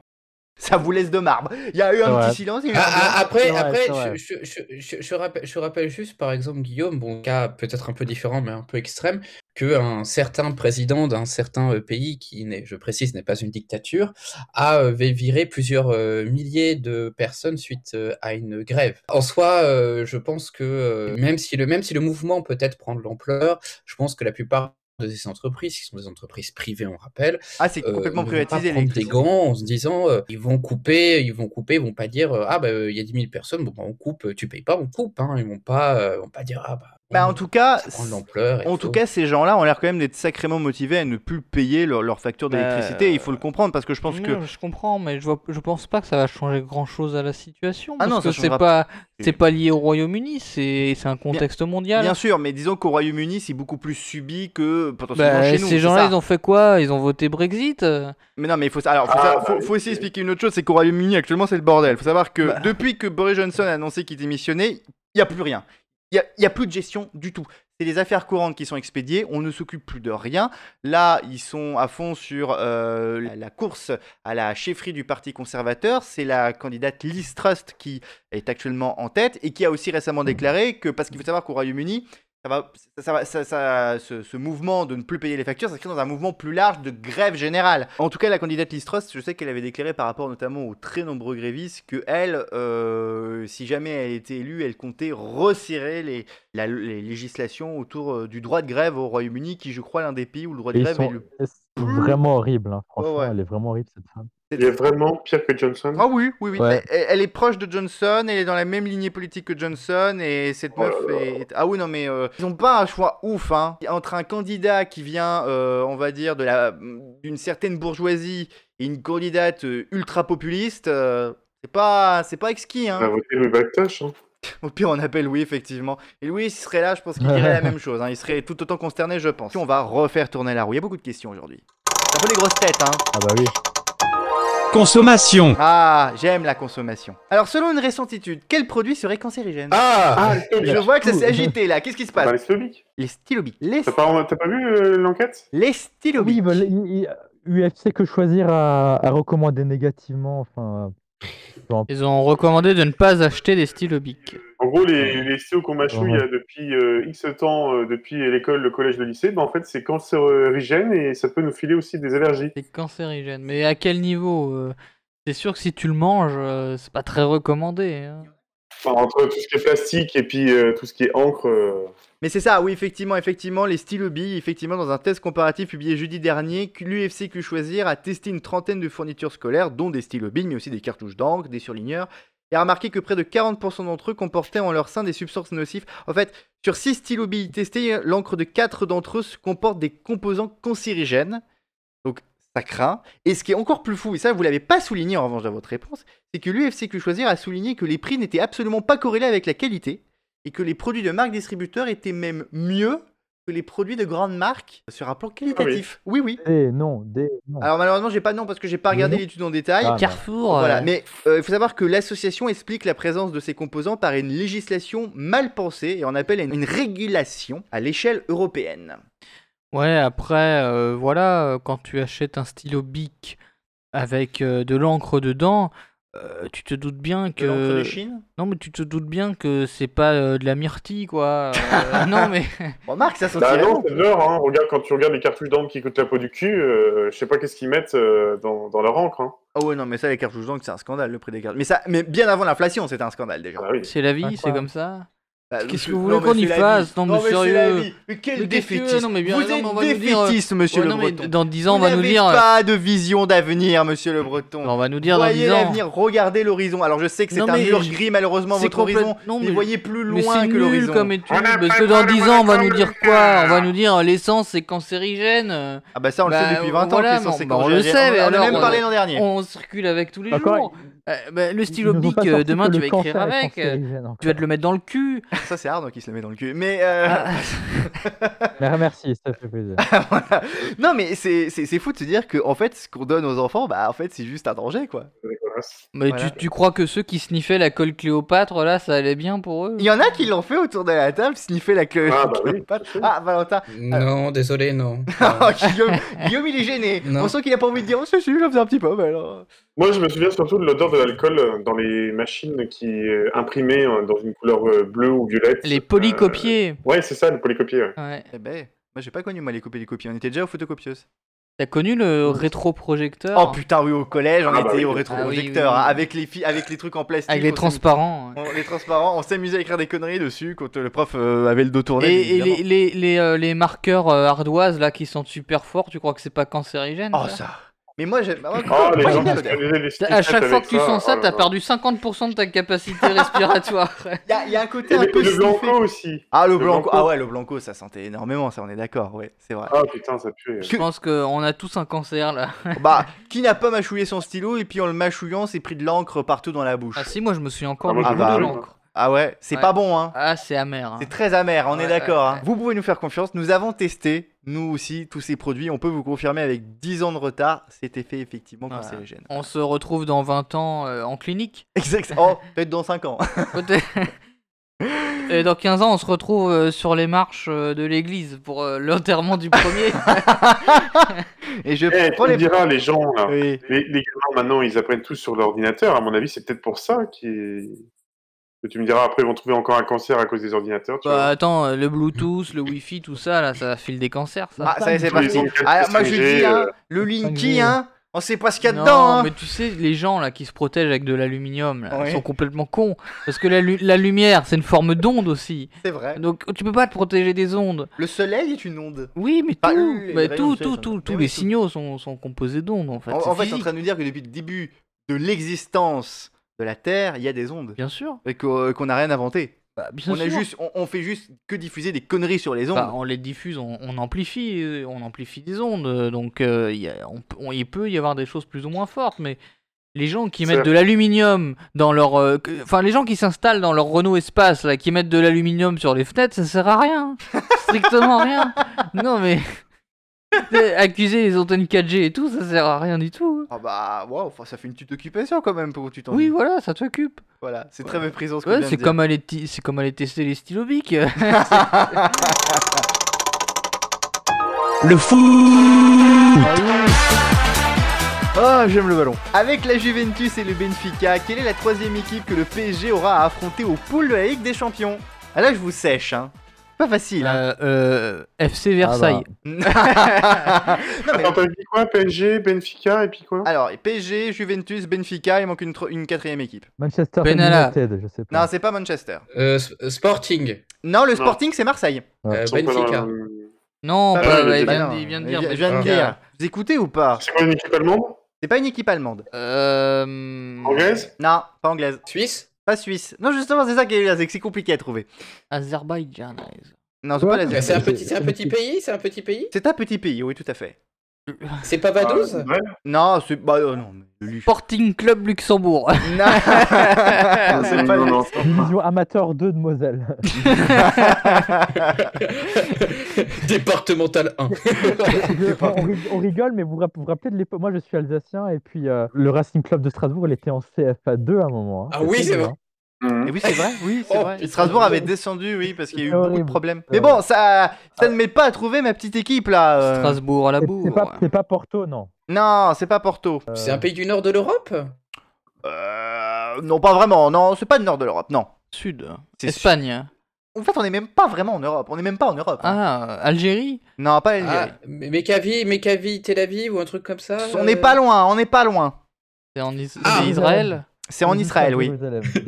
[SPEAKER 1] Ça vous laisse de marbre. Il y a eu un
[SPEAKER 5] Ouais.
[SPEAKER 1] petit silence. il y a eu un
[SPEAKER 4] Ah, ah,
[SPEAKER 5] c'est
[SPEAKER 4] après,
[SPEAKER 5] vrai,
[SPEAKER 4] après,
[SPEAKER 5] c'est vrai.
[SPEAKER 4] je, je- je- je- je rappelle, je rappelle juste, par exemple, Guillaume, bon, cas peut-être un peu différent, mais un peu extrême, qu'un certain président d'un certain euh, pays, qui, n'est, je précise, n'est pas une dictature, a euh, vé- viré plusieurs euh, milliers de personnes suite euh, à une grève. En soi, euh, je pense que euh, même, si le, même si le mouvement peut-être prend de l'ampleur, je pense que la plupart de ces entreprises, qui sont des entreprises privées, on rappelle,
[SPEAKER 1] Ah, c'est
[SPEAKER 4] euh,
[SPEAKER 1] complètement
[SPEAKER 4] ne vont pas
[SPEAKER 1] privatisé.
[SPEAKER 4] prendre des
[SPEAKER 1] l'électricité.
[SPEAKER 4] gants en se disant euh, ils vont couper, ils vont couper, ils vont pas dire euh, ah bah euh, il y a 10 000 personnes, bon bah on coupe, euh, tu payes pas, on coupe, hein, ils vont pas, euh, vont pas dire ah bah.
[SPEAKER 1] Bah,
[SPEAKER 4] on-
[SPEAKER 1] en tout cas,
[SPEAKER 4] ça prend de l'ampleur. et
[SPEAKER 1] En
[SPEAKER 4] tout.
[SPEAKER 1] tout cas, ces gens-là ont l'air quand même d'être sacrément motivés à ne plus payer leur, leur facture
[SPEAKER 2] Bah,
[SPEAKER 1] d'électricité. Il faut le comprendre parce que je pense que.
[SPEAKER 2] Non, je comprends, mais je, vois, je pense pas que ça va changer grand chose à la situation.
[SPEAKER 1] Ah
[SPEAKER 2] parce
[SPEAKER 1] non, ça
[SPEAKER 2] que c'est
[SPEAKER 1] changera
[SPEAKER 2] pas, c'est pas lié au Royaume-Uni, c'est c'est un contexte mondial.
[SPEAKER 1] Bien sûr, mais disons qu'au Royaume-Uni, c'est beaucoup plus subi que potentiellement
[SPEAKER 2] Bah,
[SPEAKER 1] chez nous.
[SPEAKER 2] ces
[SPEAKER 1] c'est
[SPEAKER 2] gens-là,
[SPEAKER 1] ça.
[SPEAKER 2] ils ont fait quoi Ils ont voté Brexit euh,
[SPEAKER 1] Mais non, mais il faut, sa- alors, faut,
[SPEAKER 3] Ah,
[SPEAKER 1] sa-
[SPEAKER 3] bah
[SPEAKER 1] faut-
[SPEAKER 3] oui,
[SPEAKER 1] faut aussi
[SPEAKER 3] oui.
[SPEAKER 1] expliquer une autre chose c'est qu'au Royaume-Uni, actuellement, c'est le bordel. Il faut savoir que
[SPEAKER 2] Bah.
[SPEAKER 1] depuis que Boris Johnson a annoncé qu'il démissionnait, il n'y a plus rien. Il n'y a, plus de gestion du tout. C'est les affaires courantes qui sont expédiées, on ne s'occupe plus de rien. Là, ils sont à fond sur euh, la- la course à la chefferie du Parti conservateur. C'est la candidate Liz Trust qui est actuellement en tête et qui a aussi récemment
[SPEAKER 5] Mmh.
[SPEAKER 1] déclaré que, parce qu'il faut savoir qu'au Royaume-Uni, ça va, ça va- ça- ça- ce, ce mouvement de ne plus payer les factures s'inscrit dans un mouvement plus large de grève générale. En tout cas, la candidate Liz Truss, je sais qu'elle avait déclaré par rapport notamment aux très nombreux grévistes que elle, euh, si jamais elle était élue, elle comptait resserrer les, la- les législations autour euh, du droit de grève au Royaume-Uni, qui je crois est l'un des pays où le droit de
[SPEAKER 5] Et ils
[SPEAKER 1] grève est
[SPEAKER 5] sont
[SPEAKER 1] le...
[SPEAKER 5] c'est vraiment horrible. hein. Franchement,
[SPEAKER 1] Ouais, ouais.
[SPEAKER 5] elle est vraiment horrible cette femme.
[SPEAKER 3] Il est vraiment pire que Johnson.
[SPEAKER 1] Ah oui, oui, oui.
[SPEAKER 5] Ouais.
[SPEAKER 1] Elle, elle est proche de Johnson, elle est dans la même lignée politique que Johnson, et cette
[SPEAKER 3] Oh
[SPEAKER 1] meuf
[SPEAKER 3] là là.
[SPEAKER 1] est... Ah oui, non, mais euh, ils ont pas un choix ouf, hein. Entre un candidat qui vient, euh, on va dire, de la d'une certaine bourgeoisie et une candidate euh, ultra populiste, euh, c'est pas, c'est pas exquis,
[SPEAKER 3] On a
[SPEAKER 1] hein.
[SPEAKER 3] voté le Bactoche. Hein.
[SPEAKER 1] Au pire, on appelle Louis, effectivement. Et Louis, s'il serait là, je pense qu'il dirait la même chose, hein. Il serait tout autant consterné, je pense. On va refaire tourner la roue. Il y a beaucoup de questions aujourd'hui. C'est un peu les grosses têtes, hein.
[SPEAKER 5] Ah bah oui.
[SPEAKER 6] consommation,
[SPEAKER 1] Ah, j'aime la consommation. Alors, selon une récente étude, quel produit serait cancérigène
[SPEAKER 4] Ah,
[SPEAKER 3] Ah, le
[SPEAKER 1] Je
[SPEAKER 3] Stobic.
[SPEAKER 1] vois que ça s'est agité là. Qu'est-ce qui se
[SPEAKER 3] Bah,
[SPEAKER 1] passe
[SPEAKER 3] les Stobic.
[SPEAKER 1] Les stylobies. Les,
[SPEAKER 3] T'as pas, t'as pas vu euh, l'enquête
[SPEAKER 1] les stylobies.
[SPEAKER 5] Oui, mais il- il- UFC que choisir à, recommander négativement. Enfin,
[SPEAKER 2] Ils ont recommandé de ne pas acheter des stylos bic.
[SPEAKER 3] En gros, les, les CO qu'on m'a chou,
[SPEAKER 5] Ouais.
[SPEAKER 3] il y a depuis euh, X temps, euh, depuis l'école, le collège, le lycée, bah, en fait, c'est cancérigène et ça peut nous filer aussi des allergies.
[SPEAKER 2] C'est cancérigène. Mais à quel niveau euh, C'est sûr que si tu le manges, euh, c'est pas très recommandé. hein.
[SPEAKER 3] Enfin, entre tout ce qui est plastique et puis euh, tout ce qui est encre. euh,
[SPEAKER 1] Mais c'est ça, oui, effectivement, effectivement, les stylobies, effectivement, dans un test comparatif publié jeudi dernier, l'UFC Q Choisir a testé une trentaine de fournitures scolaires, dont des stylobies, mais aussi des cartouches d'encre, des surligneurs, et a remarqué que près de 40% d'entre eux comportaient en leur sein des substances nocives. En fait, sur 6 stylobies testés, l'encre de 4 d'entre eux comporte des composants cancérigènes, donc ça craint. Et ce qui est encore plus fou, et ça, vous l'avez pas souligné en revanche dans votre réponse, c'est que l'UFC Q Choisir a souligné que les prix n'étaient absolument pas corrélés avec la qualité et que les produits de marques distributeurs étaient même mieux que les produits de grandes marques sur un plan
[SPEAKER 5] Ah
[SPEAKER 1] qualitatif. oui. oui,
[SPEAKER 5] Des non, des non.
[SPEAKER 1] Alors malheureusement, j'ai pas de nom parce que j'ai pas regardé
[SPEAKER 5] Non.
[SPEAKER 1] l'étude en détail.
[SPEAKER 5] Ah,
[SPEAKER 2] Carrefour.
[SPEAKER 1] bah. Voilà,
[SPEAKER 2] euh,
[SPEAKER 1] mais euh, il faut savoir que l'association explique la présence de ces composants par une législation mal pensée et on appelle à une régulation à l'échelle européenne.
[SPEAKER 2] Ouais, après, euh, voilà, euh, quand tu achètes un stylo bic avec euh, de l'encre dedans, euh, tu te doutes bien
[SPEAKER 1] De l'encre
[SPEAKER 2] que.
[SPEAKER 1] de Chine
[SPEAKER 2] Non, mais tu te doutes bien que c'est pas euh, de la myrtille, quoi. Euh, non, mais.
[SPEAKER 1] Remarque, ça sortirait.
[SPEAKER 3] Bah non, c'est de l'or, hein. Regarde, quand tu regardes les cartouches d'encre qui coûtent la peau du cul, euh, je sais pas qu'est-ce qu'ils mettent euh, dans, dans leur encre. Hein.
[SPEAKER 1] Ah ouais, non, mais ça, les cartouches d'encre, c'est un scandale, le prix des cartouches. Mais, ça, mais bien avant l'inflation, c'était un scandale déjà.
[SPEAKER 3] Ah oui.
[SPEAKER 2] C'est la vie, c'est
[SPEAKER 5] Incroyable.
[SPEAKER 2] comme ça.
[SPEAKER 1] Bah,
[SPEAKER 2] Qu'est-ce
[SPEAKER 1] je-
[SPEAKER 2] que vous voulez
[SPEAKER 1] non, mais
[SPEAKER 2] qu'on
[SPEAKER 1] c'est
[SPEAKER 2] y
[SPEAKER 1] la
[SPEAKER 2] fasse
[SPEAKER 1] vie.
[SPEAKER 2] Non, mais
[SPEAKER 1] c'est la
[SPEAKER 2] sérieux.
[SPEAKER 1] vie. Mais quel
[SPEAKER 2] Mais qu'est-ce que-
[SPEAKER 1] défaitiste.
[SPEAKER 2] non, mais bien-
[SPEAKER 1] Vous
[SPEAKER 2] non, mais on va
[SPEAKER 1] êtes
[SPEAKER 2] nous dire, euh,
[SPEAKER 1] défaitiste, monsieur
[SPEAKER 2] Ouais,
[SPEAKER 1] le
[SPEAKER 2] non, mais
[SPEAKER 1] Breton.
[SPEAKER 2] dans 10 ans, on
[SPEAKER 1] Vous
[SPEAKER 2] va nous
[SPEAKER 1] n'avez
[SPEAKER 2] dire. euh,
[SPEAKER 1] pas de vision d'avenir, monsieur le Breton.
[SPEAKER 2] On va nous dire dans
[SPEAKER 1] voyez
[SPEAKER 2] 10 ans.
[SPEAKER 1] l'avenir, regardez l'horizon. Alors je sais que c'est
[SPEAKER 2] Non,
[SPEAKER 1] un
[SPEAKER 2] mais
[SPEAKER 1] mur
[SPEAKER 2] je-
[SPEAKER 1] gris malheureusement
[SPEAKER 2] C'est
[SPEAKER 1] votre horizon,
[SPEAKER 2] complète- non,
[SPEAKER 1] mais
[SPEAKER 2] mais-
[SPEAKER 1] voyez plus
[SPEAKER 2] Mais c'est
[SPEAKER 1] loin que
[SPEAKER 2] nul
[SPEAKER 1] l'horizon.
[SPEAKER 2] comme étude,
[SPEAKER 3] On n'a
[SPEAKER 2] parce
[SPEAKER 3] pas
[SPEAKER 2] que
[SPEAKER 3] le
[SPEAKER 2] dans
[SPEAKER 3] droit de
[SPEAKER 2] 10 ans, on va nous
[SPEAKER 3] voter.
[SPEAKER 2] dire quoi On va nous dire l'essence est cancérigène. euh,
[SPEAKER 1] Ah bah ça on le
[SPEAKER 2] Bah,
[SPEAKER 1] sait depuis 20 ans
[SPEAKER 2] voilà,
[SPEAKER 1] que les
[SPEAKER 2] mais on-
[SPEAKER 1] censés
[SPEAKER 2] bah, on
[SPEAKER 1] corriger.
[SPEAKER 2] le sait, mais
[SPEAKER 1] on en a
[SPEAKER 2] alors,
[SPEAKER 1] même
[SPEAKER 2] on-
[SPEAKER 1] parlé l'an dernier.
[SPEAKER 2] On circule avec tous les
[SPEAKER 5] Encore,
[SPEAKER 2] jours. Euh, bah, le stylo
[SPEAKER 5] Ils nous ont
[SPEAKER 2] bic,
[SPEAKER 5] pas
[SPEAKER 2] euh,
[SPEAKER 5] sorti
[SPEAKER 2] demain
[SPEAKER 5] que
[SPEAKER 2] tu
[SPEAKER 5] le
[SPEAKER 2] vas
[SPEAKER 5] cancer
[SPEAKER 2] écrire
[SPEAKER 5] est
[SPEAKER 2] avec. euh,
[SPEAKER 5] cancérigène encore.
[SPEAKER 2] Tu vas te le mettre dans le cul.
[SPEAKER 1] Ça c'est Arnaud qui se le met dans le cul. Mais euh,
[SPEAKER 5] Mais merci, ça fait plaisir.
[SPEAKER 2] Ah.
[SPEAKER 1] voilà. non mais c'est c'est- c'est fou de se dire que en fait ce qu'on donne aux enfants bah en fait c'est juste un danger quoi.
[SPEAKER 3] C'est dégueulasse.
[SPEAKER 2] Mais
[SPEAKER 1] Voilà.
[SPEAKER 2] tu, tu crois que ceux qui sniffaient la colle Cléopâtre, là, ça allait bien pour eux
[SPEAKER 1] Il y en a qui l'ont fait autour de la table sniffer la queue.
[SPEAKER 3] Ah, bah oui.
[SPEAKER 1] Ah, Valentin.
[SPEAKER 4] Euh. Non, désolé, non.
[SPEAKER 1] Oh, Guillaume, Guillaume, il est gêné.
[SPEAKER 4] Non.
[SPEAKER 1] On sent qu'il a pas envie de dire oh, si si j'en faisais un petit peu mais alors.
[SPEAKER 3] Moi, je me souviens surtout de l'odeur de l'alcool euh, dans les machines qui euh, imprimaient euh, dans une couleur euh, bleue ou violette. Euh,
[SPEAKER 2] Les polycopiers.
[SPEAKER 3] Ouais, c'est ça, le polycopier. ouais.
[SPEAKER 2] Ouais.
[SPEAKER 1] Eh ben moi j'ai pas connu moi les copier les copier. On était déjà aux photocopieuses.
[SPEAKER 2] T'as connu le rétroprojecteur
[SPEAKER 1] Oh putain, oui, au collège, on
[SPEAKER 3] Ah bah
[SPEAKER 1] était
[SPEAKER 3] oui.
[SPEAKER 1] au
[SPEAKER 2] Ah oui,
[SPEAKER 1] rétroprojecteur,
[SPEAKER 2] oui,
[SPEAKER 1] hein,
[SPEAKER 2] oui.
[SPEAKER 1] avec, les filles, avec les trucs en plastique.
[SPEAKER 2] Avec les
[SPEAKER 1] on
[SPEAKER 2] transparents. ouais.
[SPEAKER 1] s'amusait- on- les transparents, on s'amusait à écrire des conneries dessus quand euh, le prof euh, avait le dos tourné. bien
[SPEAKER 2] Et, et
[SPEAKER 1] évidemment.
[SPEAKER 2] les, les, les, euh, les marqueurs euh, ardoises, là, qui sentent super fort, tu crois que c'est pas cancérigène
[SPEAKER 1] Oh,
[SPEAKER 2] ça
[SPEAKER 1] ça. Mais moi, j'ai. bah, moi,
[SPEAKER 3] Oh, les
[SPEAKER 1] moi, j'aime
[SPEAKER 3] gens
[SPEAKER 1] bien
[SPEAKER 3] qui se
[SPEAKER 1] l'odeur.
[SPEAKER 3] réalisaient des
[SPEAKER 2] T'as-
[SPEAKER 3] stickers
[SPEAKER 2] À chaque fois
[SPEAKER 3] avec
[SPEAKER 2] que tu sens ça,
[SPEAKER 3] oh là
[SPEAKER 2] t'as
[SPEAKER 3] là.
[SPEAKER 2] perdu 50% de ta capacité respiratoire.
[SPEAKER 1] Il y, a- il y a un côté
[SPEAKER 3] Et
[SPEAKER 1] un
[SPEAKER 3] le,
[SPEAKER 1] peu.
[SPEAKER 3] le
[SPEAKER 1] sniffé.
[SPEAKER 3] blanco aussi.
[SPEAKER 1] Ah, le
[SPEAKER 3] Le
[SPEAKER 1] blanco.
[SPEAKER 3] blanco.
[SPEAKER 1] Ah ouais, le blanco, ça sentait énormément, ça, on est d'accord, ouais, c'est vrai.
[SPEAKER 3] Ah putain, ça pue.
[SPEAKER 2] Je pense qu'on a tous un cancer là.
[SPEAKER 3] Ah.
[SPEAKER 1] Bah, qui n'a pas mâchouillé son stylo et puis en le mâchouillant, s'est pris de l'encre partout dans la bouche
[SPEAKER 2] Ah si, moi je me suis encore
[SPEAKER 3] Ah, moi,
[SPEAKER 2] mis
[SPEAKER 1] j'ai
[SPEAKER 2] de
[SPEAKER 1] mangé,
[SPEAKER 2] l'encre.
[SPEAKER 1] Ah ouais, c'est
[SPEAKER 2] Ouais.
[SPEAKER 1] pas bon, hein.
[SPEAKER 2] Ah, c'est amer. hein.
[SPEAKER 1] C'est très amer, on
[SPEAKER 2] Ouais,
[SPEAKER 1] est d'accord.
[SPEAKER 2] ouais,
[SPEAKER 1] hein.
[SPEAKER 2] ouais.
[SPEAKER 1] Vous pouvez nous faire confiance. Nous avons testé, nous aussi, tous ces produits. On peut vous confirmer avec 10 ans de retard, cet effet effectivement
[SPEAKER 2] Voilà.
[SPEAKER 1] cancérigène.
[SPEAKER 2] On se retrouve dans 20 ans euh, en clinique.
[SPEAKER 1] Exact. Oh, peut-être dans 5 ans.
[SPEAKER 2] Peut-être. Et dans 15 ans, on se retrouve euh, sur les marches euh, de l'église pour euh, l'enterrement du premier.
[SPEAKER 1] Et je
[SPEAKER 3] Eh, tu
[SPEAKER 1] prends
[SPEAKER 3] me
[SPEAKER 1] les.
[SPEAKER 3] diras, les gens, là.
[SPEAKER 1] Oui.
[SPEAKER 3] Les, les gamins, maintenant, ils apprennent tout sur l'ordinateur. À mon avis, c'est peut-être pour ça qu'ils- que tu me diras après, ils vont trouver encore un cancer à cause des ordinateurs. Tu
[SPEAKER 2] bah attends, euh, le Bluetooth, le Wi-Fi, tout ça, là, ça file des cancers, ça.
[SPEAKER 1] Ah, ça y est, c'est
[SPEAKER 3] Tous les
[SPEAKER 1] parti.
[SPEAKER 3] enquêtes
[SPEAKER 1] Ah, moi je dis,
[SPEAKER 3] SMG,
[SPEAKER 1] hein,
[SPEAKER 3] euh,
[SPEAKER 1] le Linky,
[SPEAKER 5] 5G.
[SPEAKER 1] hein, on sait pas ce qu'il y a
[SPEAKER 2] Non,
[SPEAKER 1] dedans. hein.
[SPEAKER 2] mais tu sais, les gens là qui se protègent avec de l'aluminium, là,
[SPEAKER 1] Ouais.
[SPEAKER 2] ils sont complètement cons. Parce que la, lu- la lumière, c'est une forme d'onde aussi.
[SPEAKER 1] C'est vrai.
[SPEAKER 2] Donc tu peux pas te protéger des ondes.
[SPEAKER 1] Le soleil est une onde.
[SPEAKER 2] Oui, mais tout,
[SPEAKER 1] Pas eu,
[SPEAKER 2] mais
[SPEAKER 1] Bah, les rayons
[SPEAKER 2] tout,
[SPEAKER 1] de soleil,
[SPEAKER 2] tout,
[SPEAKER 1] ça,
[SPEAKER 2] tout,
[SPEAKER 1] mais
[SPEAKER 2] tous
[SPEAKER 1] oui,
[SPEAKER 2] les
[SPEAKER 1] tout.
[SPEAKER 2] signaux sont, sont composés d'ondes en fait.
[SPEAKER 1] En,
[SPEAKER 2] c'est
[SPEAKER 1] en fait, t'es en
[SPEAKER 2] physique.
[SPEAKER 1] train de nous dire que depuis le début de l'existence de la Terre, il y a des ondes.
[SPEAKER 2] Bien sûr.
[SPEAKER 1] Et qu'au- qu'on n'a rien inventé.
[SPEAKER 2] Bah, bien
[SPEAKER 1] On, a
[SPEAKER 2] sûr.
[SPEAKER 1] juste, on, on fait juste que diffuser des conneries sur les ondes.
[SPEAKER 2] Bah, on les diffuse, on, on amplifie, euh, on amplifie des ondes. euh, Donc euh, il y a- on peut- on- il peut y avoir des choses plus ou moins fortes, mais les gens qui
[SPEAKER 3] C'est
[SPEAKER 2] mettent de l'aluminium dans leur, euh, que- enfin les gens qui s'installent dans leur Renault Espace là, qui mettent de l'aluminium sur les fenêtres, ça sert à rien, strictement rien. Non mais euh, accuser les antennes 4G et tout, ça sert à rien du tout.
[SPEAKER 1] Ah bah waouh, enfin, ça fait une petite occupation quand même pour que tu t'en
[SPEAKER 2] Oui,
[SPEAKER 1] dis.
[SPEAKER 2] voilà, ça t'occupe.
[SPEAKER 1] voilà, c'est très méprisant ce que
[SPEAKER 2] Ouais,
[SPEAKER 1] tu viens de
[SPEAKER 2] c'est
[SPEAKER 1] dire.
[SPEAKER 2] comme aller, ti- c'est comme aller tester les stylos Bic.
[SPEAKER 6] Le foot.
[SPEAKER 1] Ah, j'aime le ballon. Avec la Juventus et le Benfica, quelle est la troisième équipe que le PSG aura à affronter au pool de la Ligue des Champions Ah là, je vous sèche, hein. Pas facile. hein.
[SPEAKER 2] Euh, euh,
[SPEAKER 1] Ah, bah.
[SPEAKER 2] FC
[SPEAKER 5] Ah, bah,
[SPEAKER 2] Versailles.
[SPEAKER 1] Non, mais-
[SPEAKER 3] Attends, t'as dit quoi PSG, Benfica et puis quoi
[SPEAKER 2] Ah,
[SPEAKER 1] Alors, PSG, Juventus, Benfica, il manque une, tro- une quatrième équipe.
[SPEAKER 5] Manchester
[SPEAKER 2] Benalla.
[SPEAKER 5] United, je sais
[SPEAKER 1] Non,
[SPEAKER 5] pas.
[SPEAKER 1] c'est pas Manchester.
[SPEAKER 4] Euh, S- Sporting,
[SPEAKER 1] Non, le
[SPEAKER 3] Non.
[SPEAKER 1] Sporting, c'est Marseille.
[SPEAKER 5] Ouais.
[SPEAKER 4] euh,
[SPEAKER 3] Ils sont pas dans la-
[SPEAKER 4] Benfica.
[SPEAKER 2] Non,
[SPEAKER 1] Ah,
[SPEAKER 2] pas-
[SPEAKER 3] ouais,
[SPEAKER 2] il
[SPEAKER 1] Bah
[SPEAKER 2] vient
[SPEAKER 1] non,
[SPEAKER 2] de- il vient de
[SPEAKER 1] il
[SPEAKER 2] dire.
[SPEAKER 1] vient-
[SPEAKER 2] mais-
[SPEAKER 1] je viens de
[SPEAKER 4] Benfica.
[SPEAKER 1] dire. Vous écoutez ou pas
[SPEAKER 3] C'est quoi une équipe allemande
[SPEAKER 1] C'est pas une équipe allemande.
[SPEAKER 2] Euh,
[SPEAKER 3] Anglaise
[SPEAKER 1] Non, pas anglaise.
[SPEAKER 4] Suisse
[SPEAKER 1] Pas suisse. Non, justement, c'est ça qui est bien, c'est que c'est compliqué à trouver.
[SPEAKER 2] Azerbaïdjan.
[SPEAKER 1] Non, c'est
[SPEAKER 5] Ouais.
[SPEAKER 1] pas la
[SPEAKER 5] Ouais,
[SPEAKER 4] Bah, C'est un
[SPEAKER 5] c'est-
[SPEAKER 4] petit, c'est un petit pays, c'est un petit pays.
[SPEAKER 1] C'est un petit pays, oui, tout à fait.
[SPEAKER 4] C'est pas Vaduz
[SPEAKER 3] Ouais.
[SPEAKER 1] Non, c'est. Bah, euh, non, mais le Luch-
[SPEAKER 2] Sporting Club Luxembourg.
[SPEAKER 1] Non, Ah, c'est pas
[SPEAKER 3] Non, non,
[SPEAKER 5] Division amateur 2 de Moselle.
[SPEAKER 4] Départemental 1.
[SPEAKER 5] Je- on, on rig- on rigole, mais vous rapp- vous vous rappelez de l'époque Moi, je suis alsacien, et puis euh, le Racing Club de Strasbourg, il était en CFA 2 à un moment. hein.
[SPEAKER 4] Ah oui, c'est vrai.
[SPEAKER 1] Et
[SPEAKER 3] Mhm.
[SPEAKER 1] oui, c'est vrai, oui, c'est
[SPEAKER 4] Oh,
[SPEAKER 1] vrai.
[SPEAKER 4] putain.
[SPEAKER 1] Strasbourg avait descendu, oui, parce qu'il y a eu
[SPEAKER 5] C'est
[SPEAKER 1] beaucoup de
[SPEAKER 5] horrible.
[SPEAKER 1] problèmes. Mais bon, ça, ça ne m'aide pas à trouver ma petite équipe là. euh.
[SPEAKER 2] Strasbourg à la
[SPEAKER 5] C'est-
[SPEAKER 2] bourre.
[SPEAKER 5] C'est pas, c'est pas Porto, non.
[SPEAKER 1] Non, c'est pas Porto.
[SPEAKER 4] C'est un pays du nord de l'Europe
[SPEAKER 1] Euh, non, pas vraiment. Non, c'est pas le nord de l'Eupe, non.
[SPEAKER 2] Sud.
[SPEAKER 1] C'est
[SPEAKER 2] Espagne.
[SPEAKER 1] En fait, on n'est même pas vraiment en Europe. On n'est même pas en Europe. hein.
[SPEAKER 2] Ah, Algérie.
[SPEAKER 1] Non, pas l'Algérie.
[SPEAKER 4] ah, M- Mekavi, Mekavi, Tel Aviv ou un truc comme ça
[SPEAKER 5] Ah.
[SPEAKER 1] On
[SPEAKER 4] euh,
[SPEAKER 1] n'est pas loin. On n'est pas loin.
[SPEAKER 2] C'est en Is-
[SPEAKER 4] Ah,
[SPEAKER 2] c'est Israël.
[SPEAKER 1] C'est en Israël, oui.
[SPEAKER 5] Jérusalem.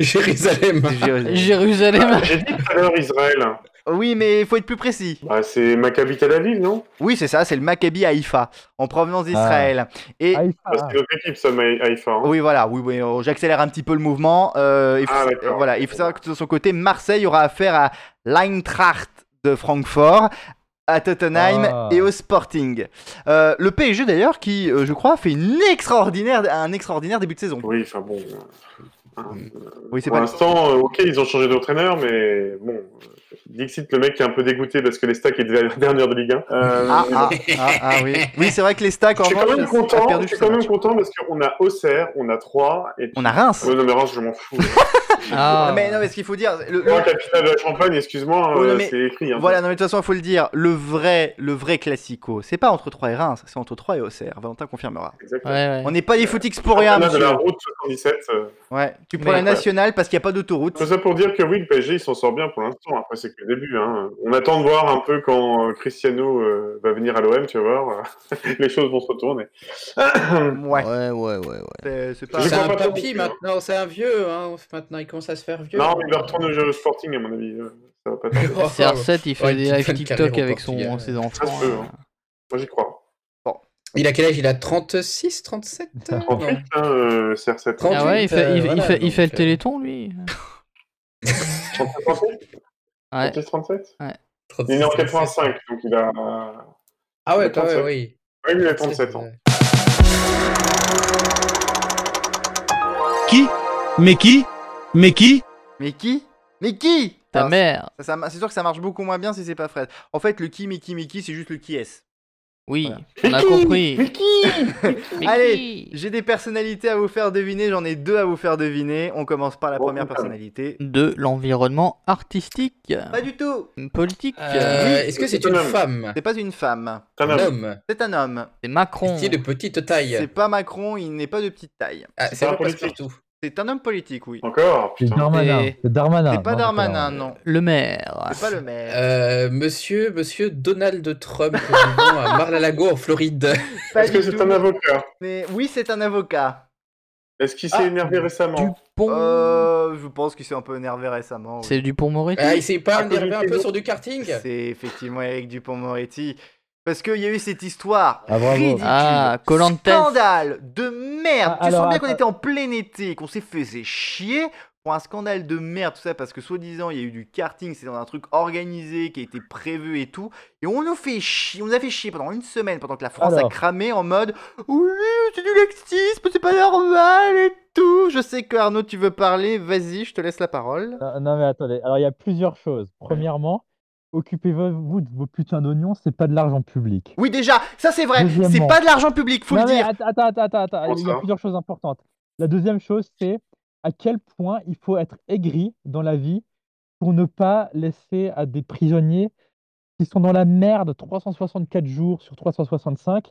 [SPEAKER 4] Jérusalem.
[SPEAKER 2] Jérusalem.
[SPEAKER 3] J'ai dit tout à l'heure Israël.
[SPEAKER 1] Oui, mais il faut être plus précis.
[SPEAKER 3] Bah, c'est Maccabi Tel Aviv, non
[SPEAKER 1] Oui, c'est ça. C'est le Maccabi Haïfa en provenance d'Israël.
[SPEAKER 5] Ah.
[SPEAKER 1] Et
[SPEAKER 5] Haïfa.
[SPEAKER 3] Bah, C'est notre équipe, ça, Ma- Haïfa. hein.
[SPEAKER 1] Ah. Oui, voilà, oui, oui, oh, j'accélère un petit peu le mouvement. Euh, il faut,
[SPEAKER 3] Ah,
[SPEAKER 1] sa-
[SPEAKER 3] d'accord.
[SPEAKER 1] voilà, il faut savoir que de son côté, Marseille aura affaire à l'Eintracht de Francfort, à Tottenham
[SPEAKER 5] Ah.
[SPEAKER 1] et au Sporting. Euh, le PSG d'ailleurs, qui, euh, je crois, fait une extraordinaire, un extraordinaire début de saison.
[SPEAKER 3] Oui, enfin bon. euh, hein.
[SPEAKER 1] Oui, c'est
[SPEAKER 3] Pour
[SPEAKER 1] pas.
[SPEAKER 3] l'instant, euh, ok, ils ont changé d'entraîneur, mais bon. euh, Dixit, le mec qui est un peu dégoûté parce que les stacks étaient la dernière de Ligue 1. Euh,
[SPEAKER 1] Ah, ah, ah, ah, oui. Oui, c'est vrai que les stacks en
[SPEAKER 3] je suis quand
[SPEAKER 1] revanche,
[SPEAKER 3] même
[SPEAKER 1] ça- ça a
[SPEAKER 3] content,
[SPEAKER 1] perdu
[SPEAKER 3] je suis
[SPEAKER 1] tous ces
[SPEAKER 3] quand même
[SPEAKER 1] matchs.
[SPEAKER 3] content parce qu'on a Auxerre, on a Troyes. Et...
[SPEAKER 1] On a Reims.
[SPEAKER 3] Ouais, non, mais Reims, je m'en fous.
[SPEAKER 2] Ah.
[SPEAKER 1] Mais non, mais ce qu'il faut dire, le- le-
[SPEAKER 3] Moi, capitale de la Champagne, excuse-moi,
[SPEAKER 1] Ouais,
[SPEAKER 3] euh,
[SPEAKER 1] mais-
[SPEAKER 3] c'est écrit. hein.
[SPEAKER 1] Voilà, non, mais de toute façon, il faut le dire, le vrai, le vrai classico, c'est pas entre 3 et Reims, c'est entre 3 et Auxerre. Valentin confirmera.
[SPEAKER 3] Exactement.
[SPEAKER 2] Ouais,
[SPEAKER 1] On
[SPEAKER 2] ouais.
[SPEAKER 1] n'est pas des footix pour rien,
[SPEAKER 3] Championnat de la
[SPEAKER 1] monsieur.
[SPEAKER 3] route 77. euh,
[SPEAKER 1] Ouais, tu prends
[SPEAKER 2] Mais-
[SPEAKER 1] la nationale parce qu'il n'y a pas d'autoroute.
[SPEAKER 3] Tout ça pour dire que oui, le PSG, il s'en sort bien pour l'instant. Après, c'est que le début. hein. On attend de voir un peu quand euh, Cristiano euh, va venir à l'OM, tu vas voir. Les choses vont se retourner.
[SPEAKER 1] Ouais,
[SPEAKER 2] Ouais, ouais, ouais, ouais.
[SPEAKER 1] c'est c'est pas.
[SPEAKER 3] Je
[SPEAKER 4] C'est
[SPEAKER 3] crois
[SPEAKER 4] un
[SPEAKER 3] pas trop
[SPEAKER 4] papy
[SPEAKER 3] non plus.
[SPEAKER 4] maintenant, c'est un vieux. Hein. Maintenant, il commence à se faire vieux.
[SPEAKER 3] non, mais il va retourner au jeu Sporting, à mon avis. euh, Ça va pas tarder.
[SPEAKER 4] Oh,
[SPEAKER 2] CR7, il fait
[SPEAKER 4] Ouais,
[SPEAKER 2] des
[SPEAKER 4] petite
[SPEAKER 2] lives
[SPEAKER 4] fin de
[SPEAKER 2] TikTok
[SPEAKER 4] carrière au
[SPEAKER 2] avec son,
[SPEAKER 4] Portugal.
[SPEAKER 2] ses
[SPEAKER 3] Ça
[SPEAKER 2] enfants.
[SPEAKER 3] se peut. hein. Moi, j'y crois.
[SPEAKER 4] Il a quel âge Il a 36, 37 euh, non.
[SPEAKER 3] Ensuite, hein, euh, CR7.
[SPEAKER 4] Trente-
[SPEAKER 2] Ah ouais, il
[SPEAKER 4] 38,
[SPEAKER 2] fait, il,
[SPEAKER 4] euh,
[SPEAKER 2] il
[SPEAKER 4] voilà,
[SPEAKER 2] fait, il
[SPEAKER 4] donc,
[SPEAKER 2] fait le
[SPEAKER 4] euh,
[SPEAKER 2] téléthon, lui.
[SPEAKER 3] 37, 37,
[SPEAKER 2] Ouais.
[SPEAKER 3] 37 Il
[SPEAKER 4] 36,
[SPEAKER 3] est né en
[SPEAKER 4] 37.
[SPEAKER 3] 85, donc il a. euh,
[SPEAKER 4] Ah ouais,
[SPEAKER 3] Il a
[SPEAKER 4] quand même,
[SPEAKER 3] 37.
[SPEAKER 4] oui.
[SPEAKER 3] Oui, il a 37 ans.
[SPEAKER 6] Qui Mais qui Mais qui
[SPEAKER 1] Mais qui Mais qui
[SPEAKER 2] Ta
[SPEAKER 1] Alors,
[SPEAKER 2] mère.
[SPEAKER 1] ça- ça mar- C'est sûr que ça marche beaucoup moins bien si c'est pas Fred. En fait, le qui, mais qui, mais qui, c'est juste le qui est.
[SPEAKER 2] Oui,
[SPEAKER 1] Voilà.
[SPEAKER 2] on a compris.
[SPEAKER 1] Allez, j'ai des personnalités à vous faire deviner, j'en ai deux à vous faire deviner. On commence par la
[SPEAKER 3] Bon,
[SPEAKER 1] première
[SPEAKER 3] bon.
[SPEAKER 1] personnalité.
[SPEAKER 2] De l'environnement artistique,
[SPEAKER 1] Pas du tout
[SPEAKER 2] politique.
[SPEAKER 4] Euh,
[SPEAKER 1] Oui,
[SPEAKER 4] Est-ce que c'est
[SPEAKER 3] c'est
[SPEAKER 4] une
[SPEAKER 3] un homme.
[SPEAKER 4] femme
[SPEAKER 1] C'est pas une femme,
[SPEAKER 3] T'en
[SPEAKER 4] Un
[SPEAKER 3] as
[SPEAKER 4] homme
[SPEAKER 1] c'est un homme.
[SPEAKER 2] C'est Macron.
[SPEAKER 4] Est-il de petite
[SPEAKER 1] C'est
[SPEAKER 4] taille
[SPEAKER 1] pas Macron, il n'est pas de petite taille.
[SPEAKER 4] Ah,
[SPEAKER 3] c'est
[SPEAKER 4] C'est
[SPEAKER 3] pas
[SPEAKER 4] pas
[SPEAKER 3] un politique.
[SPEAKER 4] partout.
[SPEAKER 1] C'est un homme politique, oui.
[SPEAKER 3] encore
[SPEAKER 5] C'est
[SPEAKER 3] putain.
[SPEAKER 5] Darmanin.
[SPEAKER 2] Et-
[SPEAKER 5] C'est Darmanin.
[SPEAKER 1] C'est pas
[SPEAKER 5] Non,
[SPEAKER 1] Darmanin, non.
[SPEAKER 2] Le maire.
[SPEAKER 1] C'est pas le maire.
[SPEAKER 4] Euh, monsieur, monsieur Donald Trump, président à Mar-a-Lago en Floride.
[SPEAKER 1] Pas
[SPEAKER 3] Est-ce que
[SPEAKER 1] du
[SPEAKER 3] c'est
[SPEAKER 1] tout.
[SPEAKER 3] un avocat
[SPEAKER 1] Mais oui, c'est un avocat.
[SPEAKER 3] Est-ce qu'il s'est
[SPEAKER 4] Ah,
[SPEAKER 3] énervé récemment
[SPEAKER 2] Pont.
[SPEAKER 1] Euh, je pense qu'il s'est un peu énervé récemment. oui.
[SPEAKER 2] C'est Dupont Moretti.
[SPEAKER 4] Ah, il s'est pas
[SPEAKER 3] À cause
[SPEAKER 4] énervé
[SPEAKER 3] du
[SPEAKER 4] un peu
[SPEAKER 3] saison.
[SPEAKER 4] sur du karting
[SPEAKER 1] C'est effectivement Eric Dupont-Moretti. Parce qu'il y a eu cette histoire
[SPEAKER 5] Ah, bravo.
[SPEAKER 1] ridicule,
[SPEAKER 2] Ah, Colantes.
[SPEAKER 1] scandale de merde.
[SPEAKER 5] Ah,
[SPEAKER 1] tu
[SPEAKER 5] alors,
[SPEAKER 1] sens bien qu'on
[SPEAKER 5] attends.
[SPEAKER 1] était en plein été, qu'on s'est fait c'est chier pour un scandale de merde, tout ça, parce que soi-disant il y a eu du karting, c'est dans un truc organisé qui a été prévu et tout. Et on nous fait chier, on nous a fait chier pendant une semaine, pendant que la France a
[SPEAKER 5] Alors.
[SPEAKER 1] cramé en mode Oui, c'est du laxisme, c'est pas normal et tout. Je sais que Arnaud, tu veux parler, vas-y, je te laisse la parole.
[SPEAKER 5] Non, non, mais attendez. Alors, il y a plusieurs choses. Premièrement, occupez-vous de vos putains d'oignons, c'est pas de l'argent public.
[SPEAKER 1] Oui, déjà, ça c'est vrai, c'est
[SPEAKER 5] Deuxièmement.
[SPEAKER 1] pas de l'argent public, faut
[SPEAKER 5] Non,
[SPEAKER 1] le
[SPEAKER 5] mais
[SPEAKER 1] dire.
[SPEAKER 5] att- Attends, attends, attends, attends.
[SPEAKER 3] Comment
[SPEAKER 5] Il y a
[SPEAKER 3] ça
[SPEAKER 5] plusieurs choses importantes. La deuxième chose, c'est à quel point il faut être aigri dans la vie pour ne pas laisser à des prisonniers qui sont dans la merde 364 jours sur 365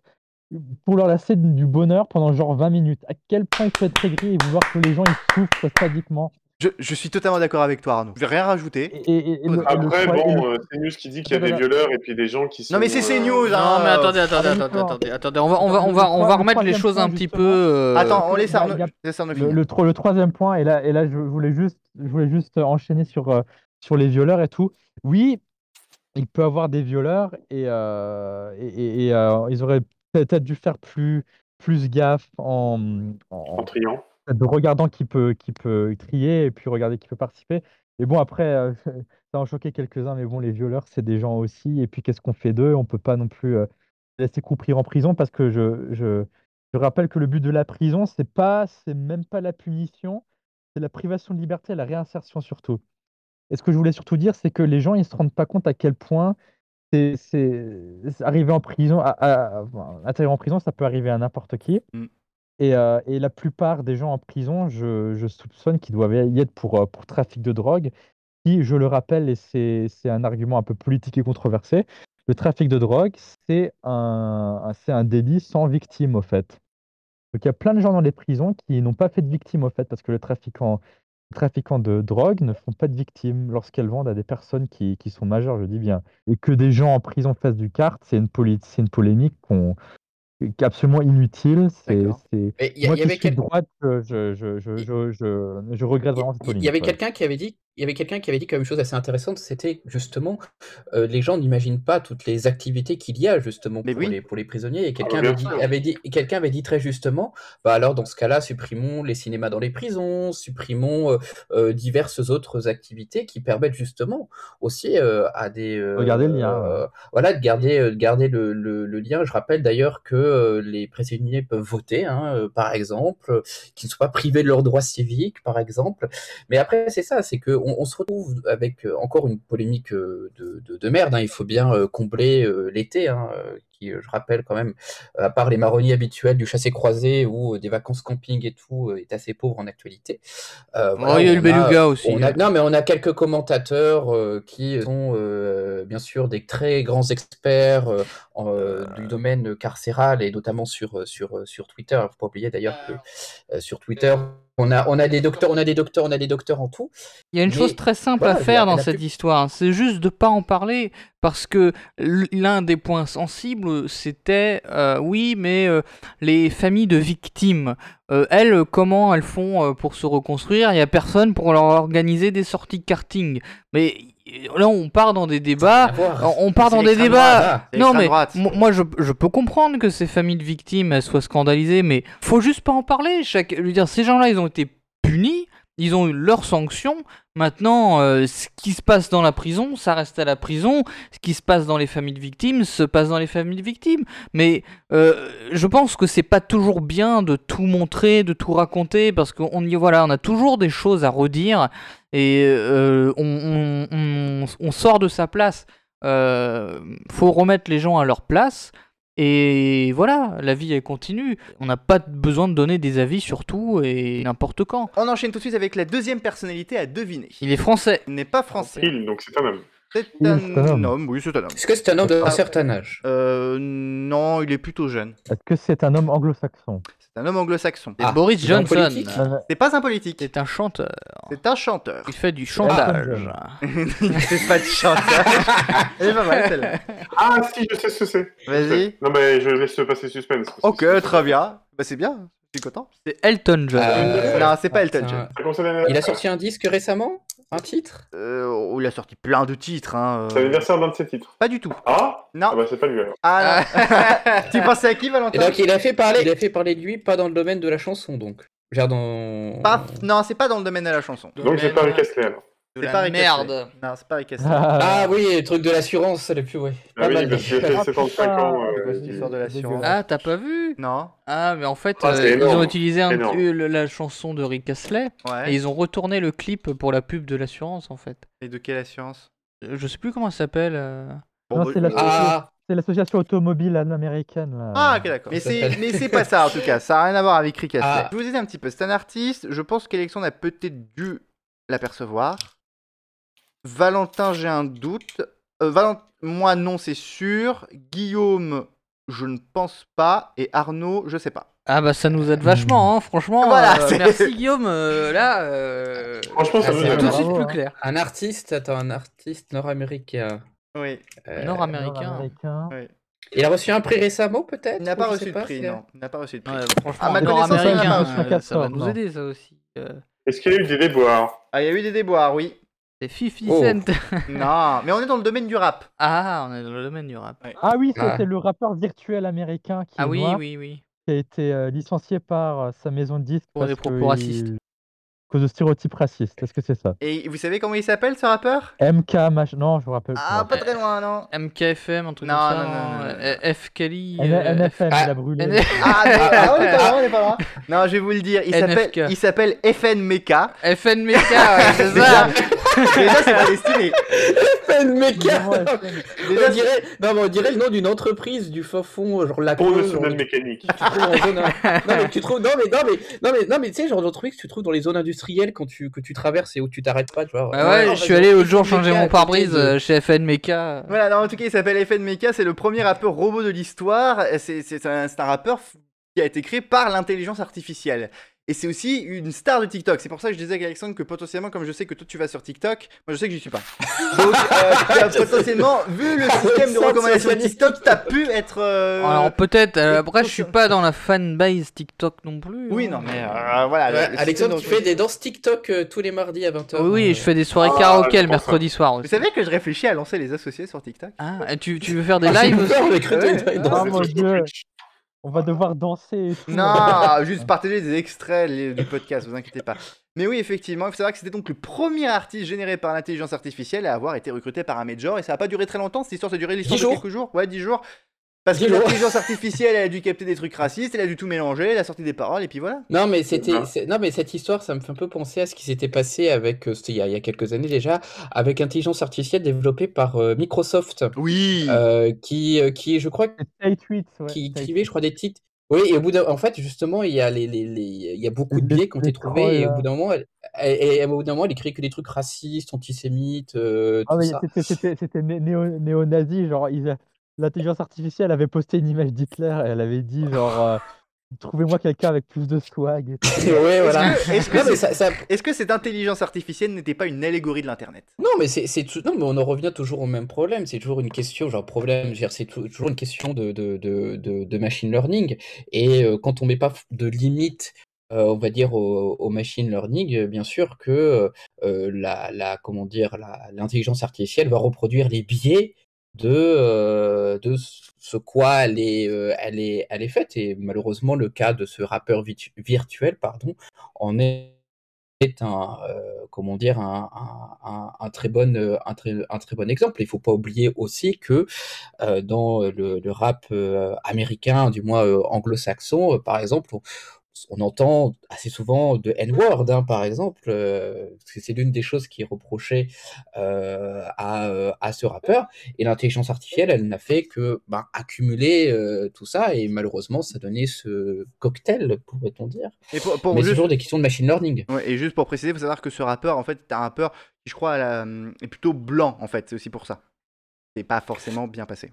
[SPEAKER 5] euh, pour leur laisser du bonheur pendant genre 20 minutes. À quel point il faut être aigri et vouloir que les gens ils souffrent sadiquement.
[SPEAKER 1] Je, je suis totalement d'accord avec toi, Arnaud. Je vais rien rajouter.
[SPEAKER 5] Et- et- et le- et le
[SPEAKER 3] Après,
[SPEAKER 5] choix- et le-
[SPEAKER 3] bon, euh, c'est News qui dit qu'il y a des violeurs et puis des gens qui sont.
[SPEAKER 1] Non, mais c'est
[SPEAKER 3] euh,
[SPEAKER 1] CNews, hein,
[SPEAKER 2] Non, mais
[SPEAKER 1] euh,
[SPEAKER 2] attendez, attendez,
[SPEAKER 5] Arnaud,
[SPEAKER 2] attendez,
[SPEAKER 5] non.
[SPEAKER 2] attendez, attendez, Ah, on va, on va, on va, on va
[SPEAKER 5] Le
[SPEAKER 2] remettre les
[SPEAKER 5] troisième
[SPEAKER 2] choses un
[SPEAKER 5] point,
[SPEAKER 2] petit peu.
[SPEAKER 5] justement.
[SPEAKER 2] euh,
[SPEAKER 1] Attends, on laisse Arnaud,
[SPEAKER 5] Il y a-
[SPEAKER 1] laisse Arnaud
[SPEAKER 5] Le,
[SPEAKER 1] finir.
[SPEAKER 5] le tro- le troisième point, et là, et là je, voulais juste, je voulais juste enchaîner sur, euh, sur les violeurs et tout. Oui, il peut avoir des violeurs et, euh, et, et- et, euh, ils auraient peut-être dû faire plus, plus gaffe en, en-
[SPEAKER 3] En triant.
[SPEAKER 5] de regardant qui peut, qui peut trier et puis regarder qui peut participer. Et bon, après, euh, ça en choquait quelques-uns, mais bon, les violeurs, c'est des gens aussi. Et puis, qu'est-ce qu'on fait d'eux On peut pas non plus euh, laisser couprir en prison parce que je, je, je rappelle que le but de la prison, c'est pas, c'est même pas la punition, c'est la privation de liberté et la réinsertion surtout. Et ce que je voulais surtout dire, c'est que les gens, ils se rendent pas compte à quel point c'est, c'est, c'est- arriver en prison, à, à, enfin, atterrir en prison, ça peut arriver à n'importe qui.
[SPEAKER 1] Mm.
[SPEAKER 5] Et, euh, et la plupart des gens en prison, je, je soupçonne qu'ils doivent y être pour, euh, pour trafic de drogue, qui, je le rappelle, et c'est, c'est un argument un peu politique et controversé, le trafic de drogue, c'est un, un- c'est un délit sans victime, au fait. Donc il y a plein de gens dans les prisons qui n'ont pas fait de victime, au fait, parce que les trafiquants, les trafiquants de drogue ne font pas de victime lorsqu'elles vendent à des personnes qui, qui sont majeures, je dis bien. Et que des gens en prison fassent du kart, c'est une, poli- c'est une polémique qu'on, qui est absolument inutile. C'est,
[SPEAKER 1] D'accord.
[SPEAKER 5] c'est-
[SPEAKER 4] Mais il y, a-
[SPEAKER 5] Moi
[SPEAKER 4] il y
[SPEAKER 5] qui
[SPEAKER 4] avait
[SPEAKER 5] suis de
[SPEAKER 4] quel-
[SPEAKER 5] droite, euh, je, je, je,
[SPEAKER 4] Il-
[SPEAKER 5] je, je, je regrette vraiment cette
[SPEAKER 4] Il
[SPEAKER 5] polémique.
[SPEAKER 4] y avait
[SPEAKER 5] ouais.
[SPEAKER 4] quelqu'un qui avait dit, il y avait quelqu'un qui avait dit quand même une chose assez intéressante, c'était justement euh, les gens n'imaginent pas toutes les activités qu'il y a justement
[SPEAKER 1] Mais
[SPEAKER 4] pour,
[SPEAKER 1] oui.
[SPEAKER 4] les, pour les prisonniers. Et
[SPEAKER 3] bah,
[SPEAKER 4] quelqu'un
[SPEAKER 3] bien
[SPEAKER 4] avait, dit,
[SPEAKER 3] sûr.
[SPEAKER 4] avait dit, et quelqu'un avait dit très justement, bah alors dans ce cas-là, supprimons les cinémas dans les prisons, supprimons euh, euh, diverses autres activités qui permettent justement aussi euh, à des euh,
[SPEAKER 5] Regardez le lien,
[SPEAKER 4] euh, voilà de garder euh, de garder le, le- le lien. Je rappelle d'ailleurs que euh, les prisonniers peuvent voter, hein, euh, par exemple, qui ne sont pas privés de leurs droits civiques, par exemple. Mais après, c'est ça, c'est que on, on se retrouve avec euh, encore une polémique euh, de, de- de merde. hein. Il faut bien euh, combler euh, l'été, hein, euh, qui, euh, je rappelle quand même, euh, à part les marronniers habituels du chassé-croisé ou euh, des vacances camping et tout, euh, est assez pauvre en actualité. Euh,
[SPEAKER 2] Oh,
[SPEAKER 4] voilà,
[SPEAKER 2] il y a
[SPEAKER 4] on
[SPEAKER 2] eu le beluga aussi.
[SPEAKER 1] euh,
[SPEAKER 4] on a- non, mais on a quelques commentateurs euh, qui sont euh, bien sûr des très grands experts euh, en, euh, du domaine carcéral et notamment sur, euh, sur, euh, sur Twitter. Il ne faut pas oublier d'ailleurs que euh, sur Twitter, on a, on a des docteurs, on a des docteurs, on a des docteurs en tout.
[SPEAKER 2] Il y a une
[SPEAKER 4] Mais
[SPEAKER 2] chose très simple
[SPEAKER 4] voilà,
[SPEAKER 2] à
[SPEAKER 4] il y a-
[SPEAKER 2] faire dans
[SPEAKER 4] elle a
[SPEAKER 2] cette
[SPEAKER 4] pu-
[SPEAKER 2] histoire, hein, c'est juste de pas en parler, parce que l- l'un des points sensibles, c'était, euh, oui, mais euh, les familles de victimes, euh, elles, comment elles font euh, pour se reconstruire Il y a personne pour leur organiser des sorties karting. Mais euh, là, on part dans des
[SPEAKER 1] Ah,
[SPEAKER 2] débats, on on part dans des
[SPEAKER 4] Ah.
[SPEAKER 2] débats,
[SPEAKER 1] C'est
[SPEAKER 2] non
[SPEAKER 1] extrême
[SPEAKER 2] mais
[SPEAKER 1] droite.
[SPEAKER 2] mo- moi je, je peux comprendre que ces familles de victimes elles soient scandalisées mais faut juste pas en parler chaque je veux dire ces gens-là ils ont été punis ils ont eu leurs sanctions maintenant euh, ce qui se passe dans la prison ça reste à la prison ce qui se passe dans les familles de victimes se passe dans les familles de victimes mais euh, je pense que c'est pas toujours bien de tout montrer de tout raconter parce qu'on y voilà on a toujours des choses à redire et euh, on- on- on- on sort de sa place euh, faut remettre les gens à leur place. Et voilà, la vie elle continue. On n'a pas besoin de donner des avis sur tout et n'importe quand.
[SPEAKER 1] On enchaîne tout de suite avec la deuxième personnalité à deviner.
[SPEAKER 2] Il est français.
[SPEAKER 1] Il n'est pas français.
[SPEAKER 3] Il, donc c'est un homme.
[SPEAKER 1] C'est
[SPEAKER 5] Il est
[SPEAKER 1] un,
[SPEAKER 5] un homme.
[SPEAKER 1] homme, oui, c'est un homme.
[SPEAKER 4] Est-ce que c'est un homme d'un
[SPEAKER 1] Ah.
[SPEAKER 4] certain âge
[SPEAKER 1] Euh, non, il est plutôt jeune.
[SPEAKER 5] Est-ce que c'est un homme anglo-saxon
[SPEAKER 1] C'est un homme anglo-saxon.
[SPEAKER 2] C'est Boris
[SPEAKER 4] c'est un
[SPEAKER 2] Johnson.
[SPEAKER 4] politique
[SPEAKER 1] C'est pas un politique,
[SPEAKER 2] C'est un chanteur.
[SPEAKER 1] c'est un chanteur.
[SPEAKER 2] Il fait du
[SPEAKER 5] Elton
[SPEAKER 2] chantage.
[SPEAKER 5] John.
[SPEAKER 1] Ah, c'est pas de chanteur. Elle est pas mal, celle-là.
[SPEAKER 3] Ah, si, je sais ce que c'est.
[SPEAKER 1] Vas-y.
[SPEAKER 3] Non, mais je laisse passer suspense.
[SPEAKER 1] Ok, très bien. Bah, c'est bien, je Ah, suis content.
[SPEAKER 2] C'est Elton John.
[SPEAKER 4] Euh,
[SPEAKER 1] non, c'est pas Elton
[SPEAKER 4] c'est
[SPEAKER 1] John.
[SPEAKER 4] un-
[SPEAKER 3] Ça concerne l'anniversaire-
[SPEAKER 4] Il a sorti un disque récemment Un titre
[SPEAKER 1] Euh, oh, il a sorti plein de titres. Hein, euh.
[SPEAKER 3] C'est l'anniversaire d'un de ses titres.
[SPEAKER 1] Pas du tout.
[SPEAKER 3] Ah
[SPEAKER 1] Non.
[SPEAKER 3] Ah bah c'est pas lui alors.
[SPEAKER 1] Ah, non. tu pensais à qui,
[SPEAKER 4] Et
[SPEAKER 1] Valentin
[SPEAKER 4] donc il a fait parler, il a fait parler de lui, pas dans le domaine de la chanson donc. Genre dans.
[SPEAKER 1] Pas- Non, c'est pas dans le domaine de la chanson.
[SPEAKER 3] Donc c'est pas Rick Astley alors.
[SPEAKER 2] De
[SPEAKER 1] C'est
[SPEAKER 2] la
[SPEAKER 1] pas Rick Astley.
[SPEAKER 2] merde.
[SPEAKER 1] Non, c'est pas Rick Astley.
[SPEAKER 2] Euh,
[SPEAKER 5] Ah,
[SPEAKER 4] Ah oui, le truc de l'assurance, ça l'est plus, ouais.
[SPEAKER 3] Ah
[SPEAKER 4] Pas
[SPEAKER 3] oui,
[SPEAKER 4] mal.
[SPEAKER 3] parce qu'il a fait 75 ans. euh,
[SPEAKER 1] C'est quoi cette histoire de l'assurance
[SPEAKER 2] Ah, t'as pas vu
[SPEAKER 1] Non,
[SPEAKER 2] Ah, mais en fait,
[SPEAKER 3] Ah, c'est
[SPEAKER 2] euh, ils
[SPEAKER 3] énorme.
[SPEAKER 2] ont utilisé un-
[SPEAKER 3] Énorme.
[SPEAKER 2] euh, le- la chanson de Rick Astley et
[SPEAKER 1] ouais.
[SPEAKER 2] ils ont retourné le clip pour la pub de l'assurance en fait.
[SPEAKER 1] Et de quelle assurance
[SPEAKER 2] Euh, Je sais plus comment ça s'appelle. euh.
[SPEAKER 5] Non,
[SPEAKER 1] bah,
[SPEAKER 5] c'est la-
[SPEAKER 1] euh,
[SPEAKER 4] Ah,
[SPEAKER 5] C'est l'association automobile américaine. Là.
[SPEAKER 1] Ah, ok, d'accord. Mais c'est, mais c'est pas ça, en tout cas. Ça n'a rien à voir avec Rick Astley.
[SPEAKER 4] Ah.
[SPEAKER 1] Je vous disais un petit peu, c'est un artiste. Je pense qu'Alexandre a peut-être dû l'apercevoir. Valentin, j'ai un doute. Euh, Valent- Moi, non, c'est sûr. Guillaume, je ne pense pas. Et Arnaud, je sais pas.
[SPEAKER 2] Ah bah ça nous aide vachement, hein, franchement.
[SPEAKER 1] Voilà,
[SPEAKER 2] euh,
[SPEAKER 1] c'est-
[SPEAKER 2] merci Guillaume, euh, là, euh,
[SPEAKER 3] Franchement, ça
[SPEAKER 4] Ah,
[SPEAKER 3] nous
[SPEAKER 4] c'est
[SPEAKER 2] c'est
[SPEAKER 3] aide.
[SPEAKER 2] tout de suite
[SPEAKER 5] bravo,
[SPEAKER 2] plus
[SPEAKER 5] hein.
[SPEAKER 2] clair.
[SPEAKER 4] Un artiste, attends, un artiste nord-américain.
[SPEAKER 1] Oui.
[SPEAKER 4] euh,
[SPEAKER 2] Nord-américain.
[SPEAKER 5] Américain.
[SPEAKER 4] Il a reçu un prix récemment, peut-être
[SPEAKER 1] Il n'a
[SPEAKER 4] ou
[SPEAKER 1] pas
[SPEAKER 4] je sais
[SPEAKER 1] reçu de
[SPEAKER 4] pas,
[SPEAKER 1] prix,
[SPEAKER 4] c'est-
[SPEAKER 1] non. Il n'a pas reçu de prix.
[SPEAKER 2] Ouais,
[SPEAKER 1] Ah,
[SPEAKER 2] franchement,
[SPEAKER 1] ma
[SPEAKER 2] nord
[SPEAKER 1] connaissance, ça
[SPEAKER 2] américain, euh,
[SPEAKER 1] va,
[SPEAKER 2] ça,
[SPEAKER 5] je suis
[SPEAKER 2] va
[SPEAKER 5] d'accord,
[SPEAKER 2] nous
[SPEAKER 5] non.
[SPEAKER 2] aider ça aussi. euh,
[SPEAKER 3] Est-ce qu'il y a eu des déboires
[SPEAKER 1] Ah, il y a eu des déboires, oui.
[SPEAKER 2] c'est 50
[SPEAKER 4] Oh.
[SPEAKER 2] Cent.
[SPEAKER 1] non, mais on est dans le domaine du rap.
[SPEAKER 2] Ah, on est dans le domaine du rap.
[SPEAKER 5] Ah oui, ça,
[SPEAKER 4] Ah.
[SPEAKER 5] c'est le rappeur virtuel américain qui, est
[SPEAKER 2] Ah oui,
[SPEAKER 5] noir,
[SPEAKER 2] oui, oui.
[SPEAKER 5] qui a été euh, licencié par euh, sa maison de disques
[SPEAKER 2] Pour des
[SPEAKER 5] parce que
[SPEAKER 2] propos racistes.
[SPEAKER 5] il- à cause de stéréotypes racistes. Est-ce que c'est ça
[SPEAKER 1] Et vous savez comment il s'appelle, ce rappeur
[SPEAKER 5] MK, mach... non, je me rappelle. hein. je me
[SPEAKER 1] Ah,
[SPEAKER 5] rappelle.
[SPEAKER 1] pas très loin, non
[SPEAKER 2] MKFM, un truc
[SPEAKER 1] Non,
[SPEAKER 2] comme ça.
[SPEAKER 1] non, non, non, non,
[SPEAKER 2] euh, F. Kelly.
[SPEAKER 5] N-
[SPEAKER 2] euh,
[SPEAKER 5] NFM, il
[SPEAKER 4] ah,
[SPEAKER 5] a brûlé.
[SPEAKER 2] N-
[SPEAKER 1] Ah, mais- ah, on est pas loin, on est pas loin. Non, je vais vous le dire, il s'appelle-
[SPEAKER 2] NFK.
[SPEAKER 1] il s'appelle FN Mecha.
[SPEAKER 2] FNMK, ouais, c'est ça.
[SPEAKER 1] Déjà, c'est Palestine.
[SPEAKER 4] Peine Méca
[SPEAKER 5] Vraiment,
[SPEAKER 4] on dirait... Non, mais on dirait le nom d'une entreprise du faux fond, genre la
[SPEAKER 3] Pont
[SPEAKER 1] Ah,
[SPEAKER 4] Creuse, genre,
[SPEAKER 3] national mécanique.
[SPEAKER 4] que tu trouves en zone- non, mais que tu trouves... non, mais, non, mais, non, mais, non, mais tu sais, genre d'entreprise que tu trouves dans les zones industrielles quand tu, que tu traverses et où tu t'arrêtes pas, tu vois.
[SPEAKER 2] Bah ouais,
[SPEAKER 4] Non,
[SPEAKER 2] je suis
[SPEAKER 4] vas-y.
[SPEAKER 2] allé l'autre jour changer
[SPEAKER 4] Mecha,
[SPEAKER 2] mon pare-brise
[SPEAKER 4] côté de-
[SPEAKER 2] euh, chez FNMK. euh,
[SPEAKER 1] Voilà, non, en tout cas, il s'appelle FN Mecha, c'est le premier rappeur robot de l'histoire. Et C'est c'est un, c'est un rappeur f- qui a été créé par l'intelligence artificielle. Et c'est aussi une star de TikTok. C'est pour ça que je disais avec Alexandre que potentiellement, comme je sais que toi tu vas sur TikTok, moi je sais que j'y suis pas. Donc, euh, que potentiellement, vu le système de
[SPEAKER 4] Alexandre
[SPEAKER 1] recommandation de
[SPEAKER 4] socialiste.
[SPEAKER 1] TikTok, t'as pu être. euh,
[SPEAKER 2] Alors peut-être, euh, après je
[SPEAKER 1] ça-
[SPEAKER 2] suis pas dans la fanbase TikTok non plus.
[SPEAKER 1] Oui,
[SPEAKER 2] hein.
[SPEAKER 1] non, mais euh,
[SPEAKER 3] Ah,
[SPEAKER 1] voilà. le- le
[SPEAKER 4] Ouais,
[SPEAKER 1] système
[SPEAKER 4] Alexandre,
[SPEAKER 1] dont
[SPEAKER 4] tu fais des danses TikTok euh, tous les mardis à 20h.
[SPEAKER 2] Oui, oui, je fais des soirées
[SPEAKER 3] Ah,
[SPEAKER 2] karaoké
[SPEAKER 3] c'est
[SPEAKER 2] le
[SPEAKER 3] pour ça.
[SPEAKER 2] mercredi soir
[SPEAKER 1] Vous
[SPEAKER 2] aussi.
[SPEAKER 1] savez que je réfléchis à lancer les associés sur TikTok
[SPEAKER 2] Ah, et tu, tu veux faire des lives aussi
[SPEAKER 5] Ah,
[SPEAKER 3] C'est
[SPEAKER 5] mon
[SPEAKER 3] tout
[SPEAKER 5] Dieu.
[SPEAKER 3] Twitch.
[SPEAKER 5] On va devoir danser et tout. hein.
[SPEAKER 1] Non, juste partager des extraits les- du podcast, vous inquiétez pas. Mais oui, effectivement, il faut savoir que c'était donc le premier artiste généré par l'intelligence artificielle à avoir été recruté par un major, et ça n'a pas duré très longtemps, cette histoire, ça a duré l'histoire
[SPEAKER 4] Dix
[SPEAKER 1] de
[SPEAKER 4] jours.
[SPEAKER 1] quelques jours Ouais, 10 jours. Parce
[SPEAKER 4] Dix
[SPEAKER 1] que
[SPEAKER 4] jours.
[SPEAKER 1] l'intelligence artificielle, elle a dû capter des trucs racistes, elle a dû tout mélanger, elle a sorti des paroles, et puis voilà.
[SPEAKER 4] Non mais c'était
[SPEAKER 3] Non.
[SPEAKER 4] c'est- non mais cette histoire ça me fait un peu penser à ce qui s'était passé avec euh, c'était il y, a, il y a quelques années déjà avec intelligence artificielle développée par euh, Microsoft
[SPEAKER 1] Oui
[SPEAKER 4] euh, qui euh, qui je crois
[SPEAKER 5] C'est State 8, ouais.
[SPEAKER 4] qui
[SPEAKER 5] State
[SPEAKER 4] écrivait je crois des titres oui et au bout d'un en fait justement il y a les, les, les- il y a beaucoup de
[SPEAKER 5] Les-
[SPEAKER 4] biais qui ont été
[SPEAKER 5] les trolls,
[SPEAKER 4] trouvés et au
[SPEAKER 5] là.
[SPEAKER 4] bout d'un moment elle, elle- elle- elle- au bout d'un moment elle écrit que des trucs racistes antisémites euh,
[SPEAKER 5] Ah
[SPEAKER 4] tout
[SPEAKER 5] mais
[SPEAKER 4] ça
[SPEAKER 5] c'était- c'était c'était né- néo- néo-nazi, genre ils a- l'intelligence artificielle avait posté une image d'Hitler et elle avait dit genre euh, trouvez-moi quelqu'un avec plus de swag. et tout.
[SPEAKER 4] ouais Euh, voilà
[SPEAKER 1] Est-ce que- est-ce que
[SPEAKER 4] non mais
[SPEAKER 1] c'est-
[SPEAKER 4] ça, ça
[SPEAKER 1] est-ce que cette intelligence artificielle n'était pas une allégorie de l'Internet
[SPEAKER 4] Non, mais c'est, c'est tout- non, mais on en revient toujours au même problème. C'est toujours une question, genre problème, je veux dire, c'est tou- toujours une question de, de, de, de, de machine learning. Et euh, quand on met pas f- de limite, euh, on va dire, au, au machine learning, euh, bien sûr que euh, la, la, comment dire, la, l'intelligence artificielle va reproduire les biais de, euh, de ce- ce quoi elle est, euh, elle est, elle est faite. Et malheureusement, le cas de ce rappeur virtu- virtuel, pardon, en est est un euh, comment dire un, un- un- un très bon euh, un très, un très bon exemple. Il faut pas oublier aussi que euh, dans le, le rap euh, américain, du moins euh, anglo-saxon, euh, par exemple, on, on entend assez souvent de N-word, hein, par exemple, euh, parce que c'est l'une des choses qui est reprochée euh, à, euh, à ce rappeur. Et l'intelligence artificielle, elle n'a fait que ben, accumuler euh, tout ça, et malheureusement, ça donnait ce cocktail, pourrait-on dire.
[SPEAKER 1] Et pour, pour
[SPEAKER 4] Mais c'est
[SPEAKER 1] juste-
[SPEAKER 4] toujours des questions de machine learning.
[SPEAKER 1] Ouais, et juste pour préciser, il faut savoir que ce rappeur, en fait, t'as un rappeur qui, je crois, à la- hum, est plutôt blanc, en fait, c'est aussi pour ça. C'est pas forcément bien passé.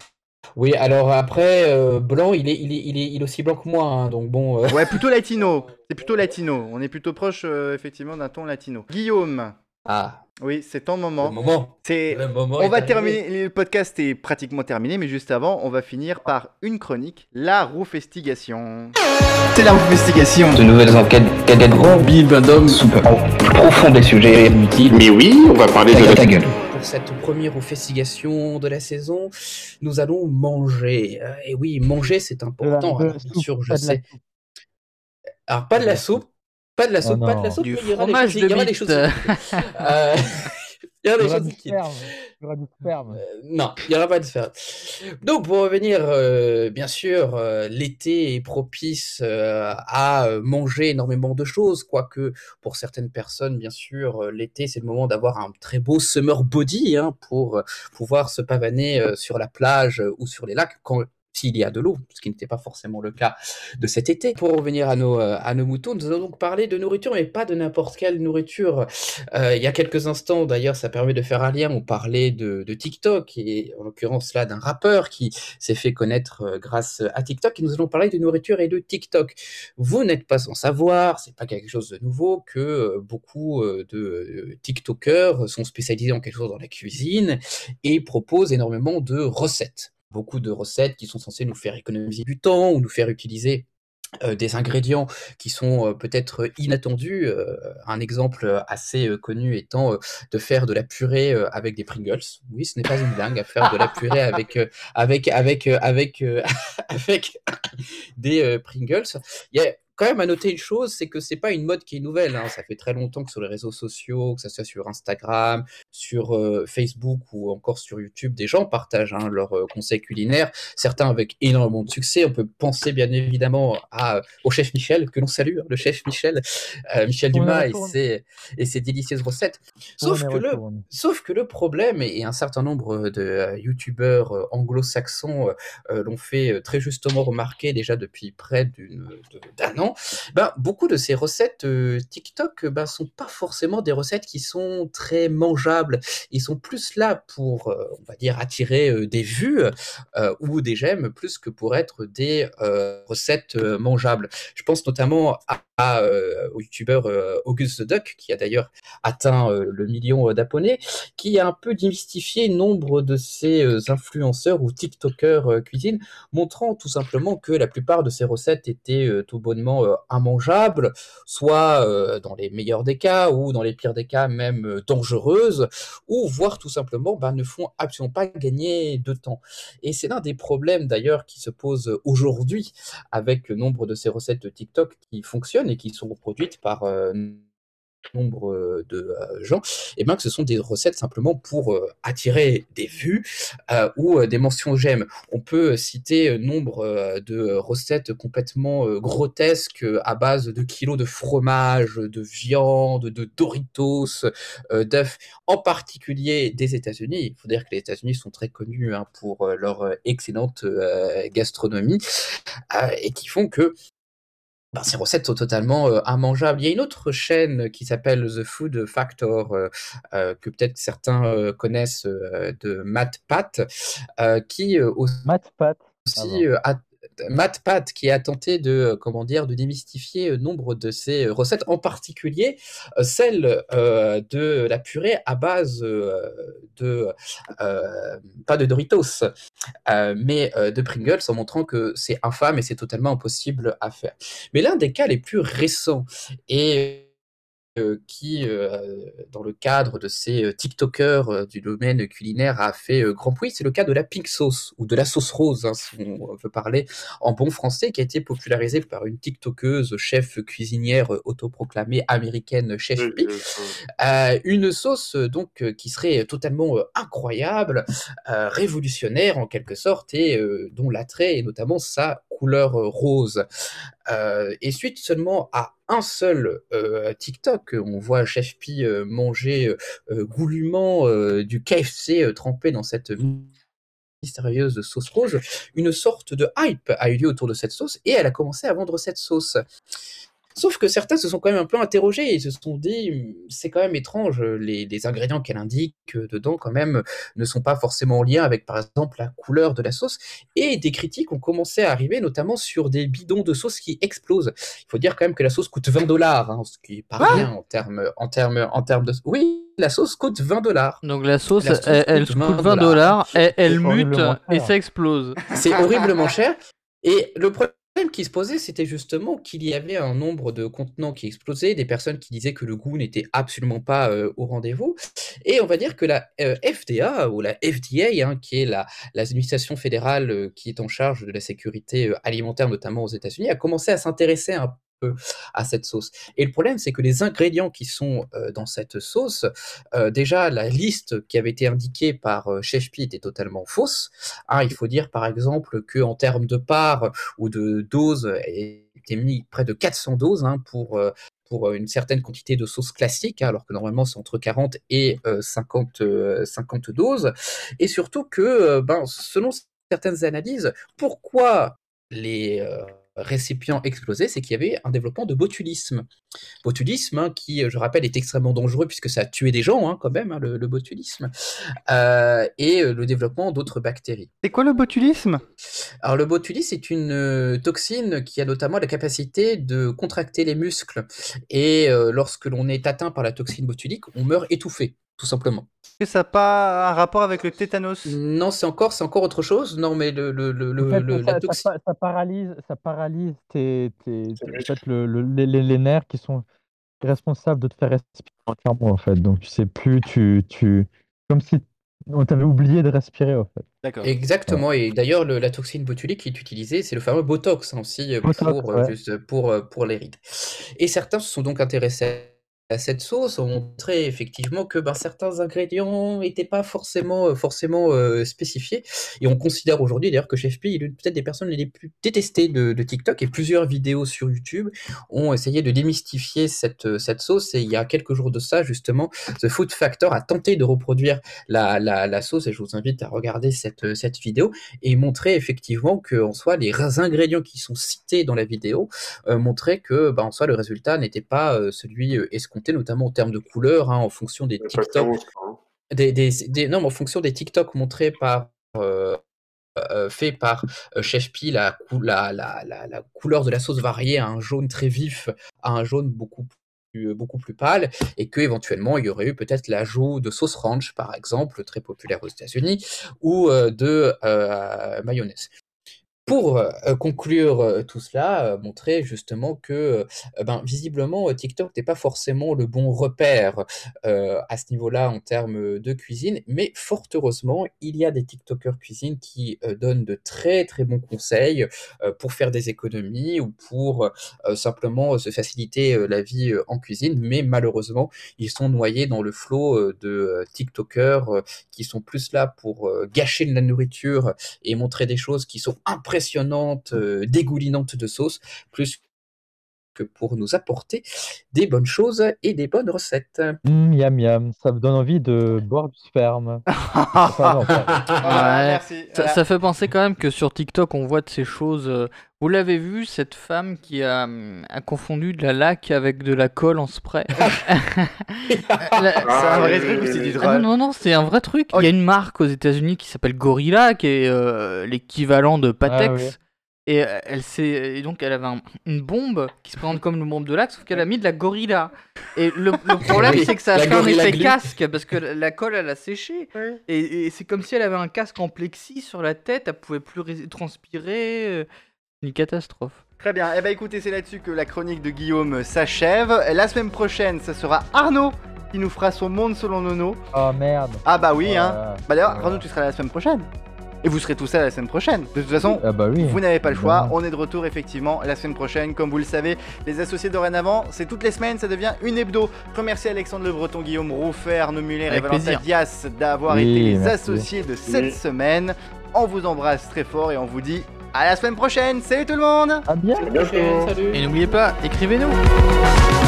[SPEAKER 4] Oui, alors après, euh, blanc, il est, il est, il est, il est aussi blanc que moi, hein, donc bon. euh,
[SPEAKER 1] Ouais, plutôt latino. C'est plutôt latino. On est plutôt proche, euh, effectivement, d'un ton latino. Guillaume,
[SPEAKER 4] Ah,
[SPEAKER 1] oui, c'est ton
[SPEAKER 4] le
[SPEAKER 1] moment.
[SPEAKER 4] moment.
[SPEAKER 1] C'est...
[SPEAKER 4] Le moment
[SPEAKER 1] On
[SPEAKER 4] est
[SPEAKER 1] va
[SPEAKER 4] arrivé.
[SPEAKER 1] terminer, le podcast est pratiquement terminé, mais juste avant, on va finir par une chronique, la roufestigation. C'est la roufestigation
[SPEAKER 7] de nouvelles enquêtes cadavres Bill d'un homme profond des sujets inutiles.
[SPEAKER 3] Mais oui, on va parler
[SPEAKER 7] Ta
[SPEAKER 3] de
[SPEAKER 7] gueule,
[SPEAKER 3] la
[SPEAKER 7] ta gueule.
[SPEAKER 4] Pour cette première festigation de la saison, nous allons manger. Euh, Et oui, manger, c'est
[SPEAKER 5] De la-
[SPEAKER 4] important.
[SPEAKER 5] de la
[SPEAKER 4] alors, bien
[SPEAKER 5] soupe,
[SPEAKER 4] sûr, je
[SPEAKER 5] pas de la
[SPEAKER 4] sais.
[SPEAKER 5] soupe.
[SPEAKER 4] Alors, pas de la soupe, pas de la
[SPEAKER 5] Oh
[SPEAKER 4] soupe, pas de
[SPEAKER 5] non.
[SPEAKER 4] la soupe,
[SPEAKER 2] Du
[SPEAKER 4] mais il y aura des
[SPEAKER 2] fromage
[SPEAKER 4] choses-
[SPEAKER 2] de
[SPEAKER 4] il y aura des
[SPEAKER 2] bite.
[SPEAKER 4] choses liquides. Euh, Il y aura
[SPEAKER 5] Il y
[SPEAKER 4] des
[SPEAKER 5] aura
[SPEAKER 4] choses
[SPEAKER 5] du
[SPEAKER 4] liquides.
[SPEAKER 5] sperme. Il y aura du sperme.
[SPEAKER 4] Euh, non, il n'y aura pas de faire. Donc, pour revenir, euh, bien sûr, euh, l'été est propice euh, à euh, manger énormément de choses, quoique pour certaines personnes, bien sûr, euh, l'été, c'est le moment d'avoir un très beau summer body hein, pour euh, pouvoir se pavaner euh, sur la plage euh, ou sur les lacs quand s'il y a de l'eau, ce qui n'était pas forcément le cas de cet été. Pour revenir à nos, euh, à nos moutons, nous allons donc parler de nourriture, mais pas de n'importe quelle nourriture. Euh, il y a quelques instants, d'ailleurs, ça permet de faire un lien. On parlait de, de TikTok, et en l'occurrence là, d'un rappeur qui s'est fait connaître euh, grâce à TikTok. Et nous allons parler de nourriture et de TikTok. Vous n'êtes pas sans savoir, c'est pas quelque chose de nouveau, que euh, beaucoup euh, de euh, TikTokers sont spécialisés en quelque chose dans la cuisine et proposent énormément de recettes. Beaucoup de recettes qui sont censées nous faire économiser du temps ou nous faire utiliser euh, des ingrédients qui sont euh, peut-être inattendus. Euh, un exemple assez euh, connu étant euh, de faire de la purée euh, avec des Pringles. Oui, ce n'est pas une dingue à faire de la purée avec euh, avec avec euh, avec euh, avec des euh, Pringles. Il y a quand même à noter une chose, c'est que c'est pas une mode qui est nouvelle. hein. Ça fait très longtemps que sur les réseaux sociaux, que ça soit sur Instagram, sur euh, Facebook ou encore sur YouTube, des gens partagent hein, leurs euh, conseils culinaires. Certains avec énormément de succès. On peut penser bien évidemment à, euh, au chef Michel que l'on salue, hein, le chef Michel, euh, Michel
[SPEAKER 5] On y
[SPEAKER 4] Dumas et
[SPEAKER 5] retourne.
[SPEAKER 4] ses, et ses délicieuses recettes. Sauf
[SPEAKER 5] On y
[SPEAKER 4] que le
[SPEAKER 5] retourne.
[SPEAKER 4] Sauf que le problème, et un certain nombre de euh, youtubeurs euh, anglo-saxons euh, euh, l'ont fait euh, très justement remarquer déjà depuis près d'une- de- d'un an, ben, beaucoup de ces recettes euh, TikTok euh, ben, sont pas forcément des recettes qui sont très mangeables. Ils sont plus là pour, euh, on va dire, attirer euh, des vues euh, ou des j'aime plus que pour être des euh, recettes euh, mangeables. Je pense notamment à, à, euh, au youtubeur euh, August the Duck, qui a d'ailleurs atteint euh, le million euh, d'abonnés, qui a un peu démystifié nombre de ces euh, influenceurs ou TikTokers euh, cuisine, montrant tout simplement que la plupart de ces recettes étaient euh, tout bonnement euh, immangeables, soit euh, dans les meilleurs des cas ou dans les pires des cas même euh, dangereuses, ou voire tout simplement ben, ne font absolument pas gagner de temps. Et c'est l'un des problèmes d'ailleurs qui se pose aujourd'hui avec le nombre de ces recettes TikTok qui fonctionnent et qui sont reproduites par euh, nombre euh, de euh, gens, et bien que ce sont des recettes simplement pour euh, attirer des vues euh, ou euh, des mentions j'aime. On peut citer euh, nombre euh, de recettes complètement euh, grotesques euh, à base de kilos de fromage, de viande, de Doritos, euh, d'œufs, en particulier des États-Unis. Il faut dire que les États-Unis sont très connus hein, pour euh, leur euh, excellente euh, gastronomie euh, et qui font que ben, ces recettes sont totalement euh, immangeables. Il y a une autre chaîne qui s'appelle The Food Factor, euh, euh, que peut-être certains euh, connaissent, euh, de Matt Pat, euh, qui euh, aussi
[SPEAKER 5] Matt Pat.
[SPEAKER 4] aussi euh, a- Matt Pat qui a tenté de euh, comment dire de démystifier euh, nombre de ces euh, recettes, en particulier euh, celle euh, de la purée à base euh, de euh, pas de Doritos, euh, mais euh, de Pringles, en montrant que c'est infâme et c'est totalement impossible à faire. Mais l'un des cas les plus récents et euh, qui, euh, dans le cadre de ces euh, TikTokers euh, du domaine culinaire, a fait euh, grand bruit, c'est le cas de la pink sauce ou de la sauce rose, hein, si on veut parler en bon français, qui a été popularisée par une TikTokeuse chef cuisinière euh, autoproclamée américaine chef
[SPEAKER 3] Oui,
[SPEAKER 4] P,
[SPEAKER 3] euh, euh,
[SPEAKER 4] euh, une sauce euh, donc euh, qui serait totalement euh, incroyable, euh, révolutionnaire en quelque sorte, et euh, dont l'attrait est notamment sa couleur euh, rose. Euh, et suite seulement à un seul euh, TikTok, euh, on voit Chef P euh, manger euh, euh, goulûment euh, du KFC euh, trempé dans cette mystérieuse sauce rouge, une sorte de hype a eu lieu autour de cette sauce et elle a commencé à vendre cette sauce. Sauf que certains se sont quand même un peu interrogés et se sont dit Hum, c'est quand même étrange, les, les ingrédients qu'elle indique euh, dedans quand même ne sont pas forcément en lien avec par exemple la couleur de la sauce et des critiques ont commencé à arriver notamment sur des bidons de sauce qui explosent. Il faut dire quand même que la sauce coûte 20 dollars, hein, ce qui est pas rien en termes en termes en termes de oui la sauce coûte 20 dollars.
[SPEAKER 2] Donc la sauce,
[SPEAKER 4] La sauce
[SPEAKER 2] elle, elle
[SPEAKER 4] coûte
[SPEAKER 2] coûte 20
[SPEAKER 4] 20
[SPEAKER 2] dollars, elle, elle mute
[SPEAKER 5] horriblement
[SPEAKER 2] et
[SPEAKER 5] cher.
[SPEAKER 2] ça explose.
[SPEAKER 4] C'est horriblement cher. Et le problème qui se posait, c'était justement qu'il y avait un nombre de contenants qui explosaient, des personnes qui disaient que le goût n'était absolument pas euh, au rendez-vous. Et on va dire que la euh, FDA, ou la FDA, hein, qui est la- l'administration fédérale euh, qui est en charge de la sécurité euh, alimentaire, notamment aux États-Unis, a commencé à s'intéresser un peu à cette sauce. Et le problème, c'est que les ingrédients qui sont euh, dans cette sauce, euh, déjà, la liste qui avait été indiquée par euh, Chef P était totalement fausse. Hein, il faut dire par exemple que en termes de parts ou de doses, il était mis près de 400 doses hein, pour euh, pour une certaine quantité de sauce classique, hein, alors que normalement c'est entre 40 et euh, 50 euh, 50 doses. Et surtout que euh, ben selon certaines analyses, pourquoi les euh, récipients explosaient, c'est qu'il y avait un développement de botulisme. Botulisme hein, qui, je rappelle, est extrêmement dangereux puisque ça a tué des gens hein, quand même, hein, le, le botulisme, Euh, et euh, le développement d'autres bactéries.
[SPEAKER 1] C'est quoi le botulisme
[SPEAKER 4] Alors le botulisme est une euh, toxine qui a notamment la capacité de contracter les muscles. Et euh, lorsque l'on est atteint par la toxine botulique, on meurt étouffé, tout simplement.
[SPEAKER 1] Est-ce que ça n'a pas un rapport avec le tétanos
[SPEAKER 4] Non, c'est encore, c'est encore autre chose. Non, mais le, le- le- le-
[SPEAKER 5] En fait,
[SPEAKER 4] le-
[SPEAKER 5] ça,
[SPEAKER 4] la
[SPEAKER 5] ça-
[SPEAKER 4] toxine.
[SPEAKER 5] ça- ça paralyse, ça paralyse tes, tes-
[SPEAKER 3] C'est
[SPEAKER 5] tes-
[SPEAKER 3] logique.
[SPEAKER 5] en fait, le- le- les, les- les nerfs qui sont responsables de te faire respirer entièrement en fait. Donc tu sais plus, tu, tu comme si on t'avait oublié de respirer en fait.
[SPEAKER 1] D'accord.
[SPEAKER 4] Exactement, et d'ailleurs le- la toxine botulique qui est utilisée, c'est le fameux Botox hein, aussi euh,
[SPEAKER 5] Botox,
[SPEAKER 4] pour, euh,
[SPEAKER 5] ouais.
[SPEAKER 4] juste pour, euh, pour les rides. Et certains se sont donc intéressés à cette sauce, ont montré effectivement que ben, certains ingrédients n'étaient pas forcément, euh, forcément euh, spécifiés. Et on considère aujourd'hui d'ailleurs que Chef P est l'une peut-être des personnes les plus détestées de, de TikTok et plusieurs vidéos sur YouTube ont essayé de démystifier cette, euh, cette sauce. Et il y a quelques jours de ça, justement, The Food Factor a tenté de reproduire la, la, la sauce et je vous invite à regarder cette, euh, cette vidéo et montrer effectivement que en soi les ra- ingrédients qui sont cités dans la vidéo euh, montraient que bah, en soi le résultat n'était pas euh, celui euh, escompté notamment en termes de couleur hein, en fonction des
[SPEAKER 3] Pas très
[SPEAKER 4] TikTok
[SPEAKER 3] bon, je crois, hein.
[SPEAKER 4] des, des, des- non, mais en fonction des TikTok montrés par euh, euh, fait par euh, Chef P, la, cou- la, la, la, la couleur de la sauce variait à un jaune très vif, à un jaune beaucoup plus, euh, beaucoup plus pâle, et que éventuellement il y aurait eu peut-être l'ajout de sauce ranch, par exemple, très populaire aux États-Unis, ou euh, de euh, mayonnaise. Pour euh, conclure euh, tout cela, euh, montrer justement que, euh, ben, visiblement, euh, TikTok n'est pas forcément le bon repère euh, à ce niveau-là en termes de cuisine, mais fort heureusement, il y a des TikTokers cuisine qui euh, donnent de très très bons conseils euh, pour faire des économies ou pour euh, simplement euh, se faciliter euh, la vie euh, en cuisine, mais malheureusement, ils sont noyés dans le flot euh, de euh, TikTokers euh, qui sont plus là pour euh, gâcher de la nourriture et montrer des choses qui sont impressionnantes, euh, dégoulinantes de sauce, plus que pour nous apporter des bonnes choses et des bonnes recettes.
[SPEAKER 5] Hum, yam yam, ça me donne envie de boire du sperme. Ah, Enfin, non, pas-
[SPEAKER 1] Voilà,
[SPEAKER 2] Ouais.
[SPEAKER 1] Ah, merci.
[SPEAKER 2] Ça,
[SPEAKER 1] Voilà.
[SPEAKER 2] ça fait penser quand même que sur TikTok, on voit de ces choses. euh, Vous l'avez vu, cette femme qui a, hum, a confondu de la laque avec de la colle en spray. La-
[SPEAKER 1] Ah, C'est un
[SPEAKER 3] Ah,
[SPEAKER 1] vrai
[SPEAKER 3] oui,
[SPEAKER 1] truc
[SPEAKER 3] oui,
[SPEAKER 1] ou c'est
[SPEAKER 3] oui,
[SPEAKER 1] du
[SPEAKER 3] oui.
[SPEAKER 2] Ah non,
[SPEAKER 1] troll
[SPEAKER 2] non, non, c'est un vrai truc. Il y a une marque aux États-Unis qui s'appelle Gorilla, qui est euh, l'équivalent de Patex.
[SPEAKER 5] Ah, oui.
[SPEAKER 2] Et euh, elle s'est, et donc elle avait un- une bombe qui se présente comme une bombe de lac, sauf qu'elle a mis de la gorilla. Et le, le problème,
[SPEAKER 4] Oui,
[SPEAKER 2] c'est que ça a
[SPEAKER 4] la
[SPEAKER 2] fait un
[SPEAKER 4] Gorilla
[SPEAKER 2] effet
[SPEAKER 4] Glue.
[SPEAKER 2] casque parce que la, la colle, elle a séché. Et, et c'est comme si elle avait un casque en plexi sur la tête, elle pouvait plus ré- transpirer. euh, Une catastrophe.
[SPEAKER 1] Très bien. Eh ben écoutez, c'est là-dessus que la chronique de Guillaume s'achève. La semaine prochaine, ça sera Arnaud qui nous fera son monde selon Nono.
[SPEAKER 5] Oh merde. Euh,
[SPEAKER 1] Ah bah oui, hein.
[SPEAKER 5] Voilà.
[SPEAKER 1] Bah d'ailleurs,
[SPEAKER 5] Voilà.
[SPEAKER 1] Arnaud, tu seras là la semaine prochaine. Et vous serez tous là la semaine prochaine. De toute façon,
[SPEAKER 5] Ah bah oui.
[SPEAKER 1] Vous n'avez pas le choix,
[SPEAKER 5] Évidemment.
[SPEAKER 1] on est de retour effectivement la semaine prochaine. Comme vous le savez, les associés dorénavant, c'est toutes les semaines, ça devient une hebdo. Je remercie Alexandre Le Breton, Guillaume Rouffet, Arnaud Muller et
[SPEAKER 2] Avec
[SPEAKER 1] Valentin
[SPEAKER 2] plaisir.
[SPEAKER 1] Dias d'avoir
[SPEAKER 5] Oui,
[SPEAKER 1] été les
[SPEAKER 5] merci.
[SPEAKER 1] associés de cette
[SPEAKER 3] Oui.
[SPEAKER 1] semaine. On vous embrasse très fort et on vous dit à la semaine prochaine. Salut tout le monde
[SPEAKER 5] Ah bien.
[SPEAKER 3] À bientôt.
[SPEAKER 4] Salut.
[SPEAKER 2] Et n'oubliez pas, écrivez-nous.
[SPEAKER 3] Salut.